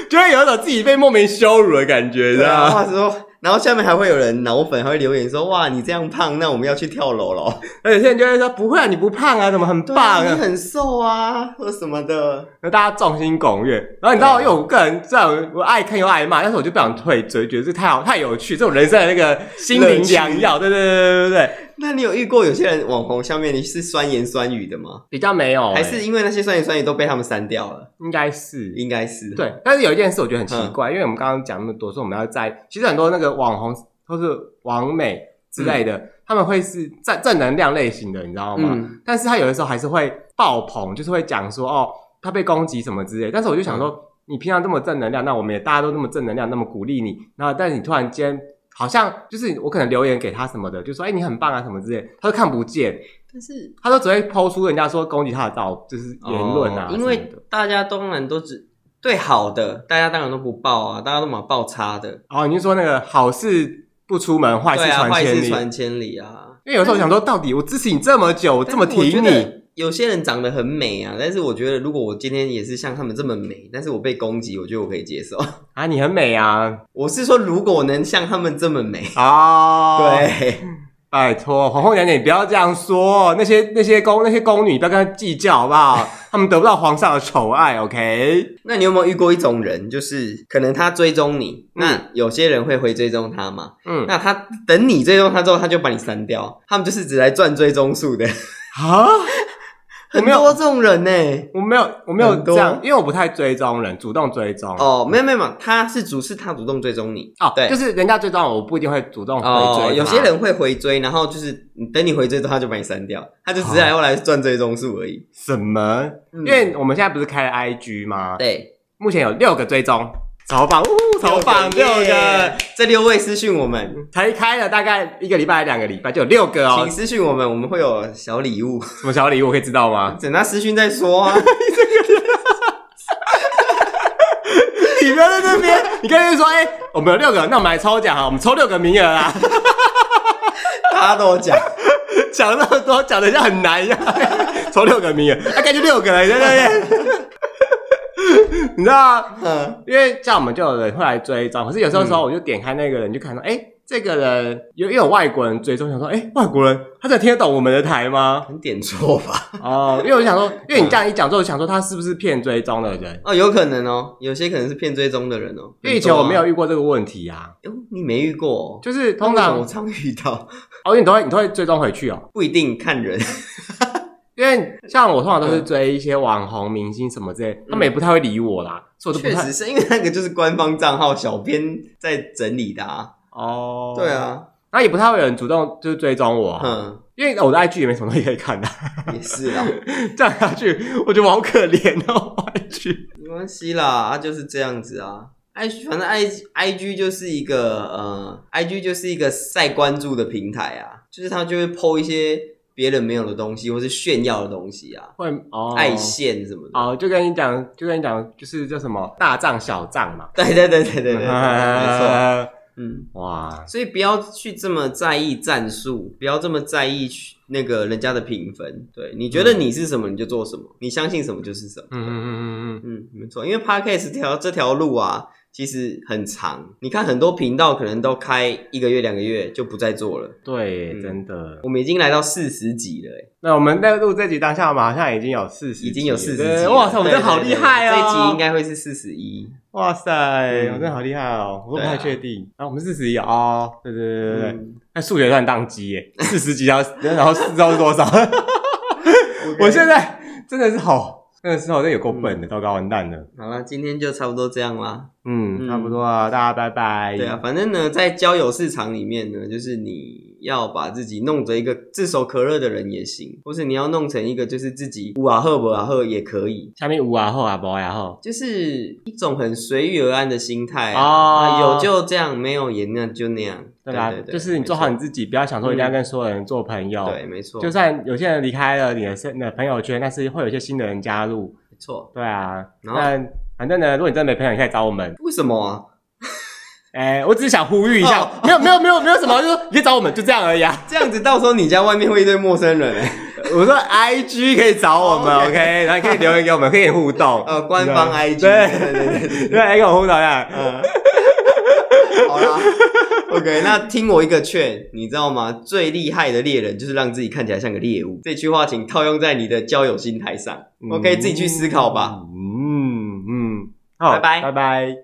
S2: 就会有一种自己被莫名羞辱的感觉，你知
S1: 对
S2: 道
S1: 啊，
S2: 吗？
S1: 话说，然后下面还会有人脑粉还会留言说：“哇，你这样胖，那我们要去跳
S2: *laughs*
S1: 楼了。
S2: 而且有些人就会说，不会啊，你不胖啊，怎么很”
S1: 对
S2: 棒
S1: 啊，你
S2: 啊？
S1: 很瘦啊，或什么的。
S2: 那大家众星拱月。然后你知
S1: 啊
S2: 道，因为我个人虽然我爱看又爱骂，但是我就不想退追，觉得这太好太有趣，这种人生的那个心灵良药，对对对对对对，
S1: 那你有遇过有些人网红下面你是酸言酸语的吗？
S2: 比较没有、
S1: 还
S2: 哎
S1: 是因为那些酸言酸语都被他们删掉了？
S2: 应该是
S1: 应该是。
S2: 对，但是有一件事我觉得很
S1: 嗯
S2: 奇怪，因为我们刚刚讲那么多，说我们要在，其实很多那个网红或是网美之类的，他们会是正正能量类型的，你知道吗？
S1: 嗯
S2: 但是他有的时候还是会爆棚，就是会讲说哦，他被攻击什么之类。但是我就想说，
S1: 嗯
S2: 你平常这么正能量，那我们也大家都那么正能量，那么鼓励你，然后但是你突然间。好像就是我可能留言给他什么的，就说哎、你很棒啊什么之类，他都看不见，
S1: 但是
S2: 他都只会抛出人家说攻击他的照，就是言论啊
S1: 哦
S2: 什么的、
S1: 因为大家当然都只对好的，大家当然都不报啊，大家都嘛报差的。
S2: 哦，你是说那个好事不出门，坏事
S1: 对啊，
S2: 传
S1: 坏
S2: 千里？
S1: 事传千里啊。
S2: 因为有时候我想说，到底我支持你这么久，我这么
S1: 但是我觉
S2: 挺你，
S1: 得有些人长得很美啊，但是我觉得如果我今天也是像他们这么美，但是我被攻击，我觉得我可以接受。 *laughs*
S2: 啊，你很美啊，
S1: 我是说，如果我能像他们这么美，
S2: 啊，，
S1: 对，
S2: 拜托，皇后娘娘，你不要这样说，那些那些宫那些宫女，不要跟她计较，好不好？她们得不到皇上的宠爱，OK？
S1: 那你有没有遇过一种人，就是可能他追踪你，那有些人会回追踪他嘛？
S2: 嗯，
S1: 那他等你追踪他之后，他就把你删掉，他们就是只来赚追踪数的，
S2: 啊，我
S1: 很
S2: 没有
S1: 多这种人呢、
S2: 我没有，我没有
S1: 很
S2: 这
S1: 多
S2: 样，因为我不太追踪人，主动追踪。
S1: 哦，没有没有，没有，他是主是他主动追踪你
S2: 哦，
S1: 对
S2: 就是人家追踪我，我不一定会主动回追、啊
S1: 哦，有些，人会回追，然后就是你等你回追之后，他就把你删掉，他就只是
S2: 哦
S1: 来要来赚追踪数而已。
S2: 什么？
S1: 嗯
S2: 因为我们现在不是开了 IG 吗？
S1: 对，
S2: 目前有六个追踪，超棒，呜，超棒，六个，
S1: 耶，这六位私讯我们，
S2: 才开了大概一个礼拜、还两个礼拜就有六个哦
S1: 请，私讯我们，我们会有小礼物，
S2: 什么小礼物可以知道吗？
S1: 等他私讯再说啊。
S2: 你不要在这边， *laughs* 你刚才说，哎、我们有 *laughs* 六个，那我们来抽奖啊，我们抽六个名额啊，
S1: 他都讲，
S2: 讲那么多，讲的像很难一样， *laughs* 抽六个名额，啊，感觉六个了，对对对。 *laughs* 你知道啊，
S1: 嗯，
S2: 因为像我们就有人会来追踪，可是有时候时候我就点开那个人，就看到，哎、这个人有也有外国人追踪，想说，哎、外国人他真的听得懂我们的台吗？
S1: 很点错吧？
S2: 哦，因为我就想说，因为你这样一讲之后，我想说他是不是骗追踪的人？
S1: 哦，有可能哦，有些可能是骗追踪的人哦。
S2: 因为以前我没有
S1: 遇，
S2: 遇过这个问题啊，
S1: 哦、你没遇过、哦，
S2: 就是
S1: 那
S2: 通
S1: 为什么
S2: 常
S1: 我常遇到，
S2: 哦，因为你都会你都会追踪回去哦。
S1: 不一定看人。
S2: 因为像我通常都是追一些网红、明星什么之类，他们也不太会理我啦，所以我都
S1: 嗯确
S2: 不太
S1: 实是因为那个就是官方账号小编在整理的啊。
S2: 哦，
S1: 对，啊，
S2: 那也不太会有人主动就是追踪我啊，
S1: 嗯，
S2: 因为我的 IG 也没什么东西可以看的，啊
S1: 也是啊啦，
S2: *laughs* 这样下去我觉得我好可怜哦 *laughs* 我，IG
S1: 没关系啦，啊就是这样子啊。I G 反正 I I G 就是一个呃，I G 就是一个晒关注的平台啊，就是他就会 PO 一些别人没有的东西，或是炫耀的东西啊，
S2: 会哦
S1: 爱线什么的。
S2: 哦，就跟你讲，就跟你讲，就是叫什么大账小账嘛，
S1: 对对对对
S2: *laughs*
S1: 对对，对没错，嗯。
S2: 哇，
S1: 所以不要去这么在意战术，不要这么在意去那个人家的评分。对，你觉得你是什么你就做什么，你相信什么就是什么。
S2: 嗯嗯嗯嗯嗯，
S1: 嗯，没错，因为 podcast 这条这条路啊，其实很长。你看很多频道可能都开一个月、两个月就不再做了。
S2: 对，
S1: 嗯
S2: 真的。
S1: 我们已经来到四十集了、欸，
S2: 那我们在录这集当下，我们好像已经有四十，
S1: 已经有四十集
S2: 对
S1: 了。
S2: 哇塞，我们
S1: 对
S2: 真的好
S1: 对
S2: 厉
S1: 对
S2: 害啊！
S1: 这一集应该会是四十一。
S2: 哇塞，
S1: 嗯
S2: 我真的好厉害哦！我都不
S1: 对啊
S2: 太确定。啊，我们四十一哦，对对对对对，
S1: 嗯
S2: 那数学算宕机耶，四十几要， *laughs* 然后知道是
S1: *laughs*
S2: 多少？我现在真的是好，真的是好，这有够笨
S1: 嗯
S2: 的，糟糕，完蛋了。
S1: 好了，今天就差不多这样啦。
S2: 嗯，
S1: 嗯
S2: 差不多啊，大家拜拜。
S1: 对啊，，反正呢，在交友市场里面呢，就是你要把自己弄成一个炙手可热的人也行，或是你要弄成一个就是自己哇赫不啊赫也可以，
S2: 下面五啊后啊包啊后，
S1: 就是一种很随遇而安的心态啊。
S2: 哦
S1: 啊，有就这样，没有也那就那样。
S2: 对吧？
S1: 对对，
S2: 就是你做好你自己，不要想说一定要跟所有人做朋友
S1: 没错。。对，没错，
S2: 就算有些人离开了你的生你的朋友圈，但是会有一些新的人加入。
S1: 没错。
S2: 对啊，
S1: 然后
S2: 那反正呢，如果你真的没朋友，你可以找我们。 *laughs*
S1: 为什么啊？
S2: 哎、我只是想呼吁一下
S1: 哦，
S2: 没有没有没有没有什么， *laughs* 就是说你可以找我们，就这样而已啊。
S1: 这样子到时候你家外面会一堆陌生人、
S2: *laughs*
S1: 欸，
S2: 我说 I G 可以找我们
S1: 哦，OK
S2: ，OK，然后哦可以留言给我们，可以互动。
S1: 呃，官方 IG，
S2: 对
S1: 对对对对
S2: *laughs* 对，来跟我互动一下。
S1: 好啦，OK，那听我一个劝，你知道吗？最厉害的猎人就是让自己看起来像个猎物。这句话请套用在你的交友心态上。OK，自己去思考吧。
S2: 嗯嗯嗯，好，
S1: 拜拜
S2: 拜拜。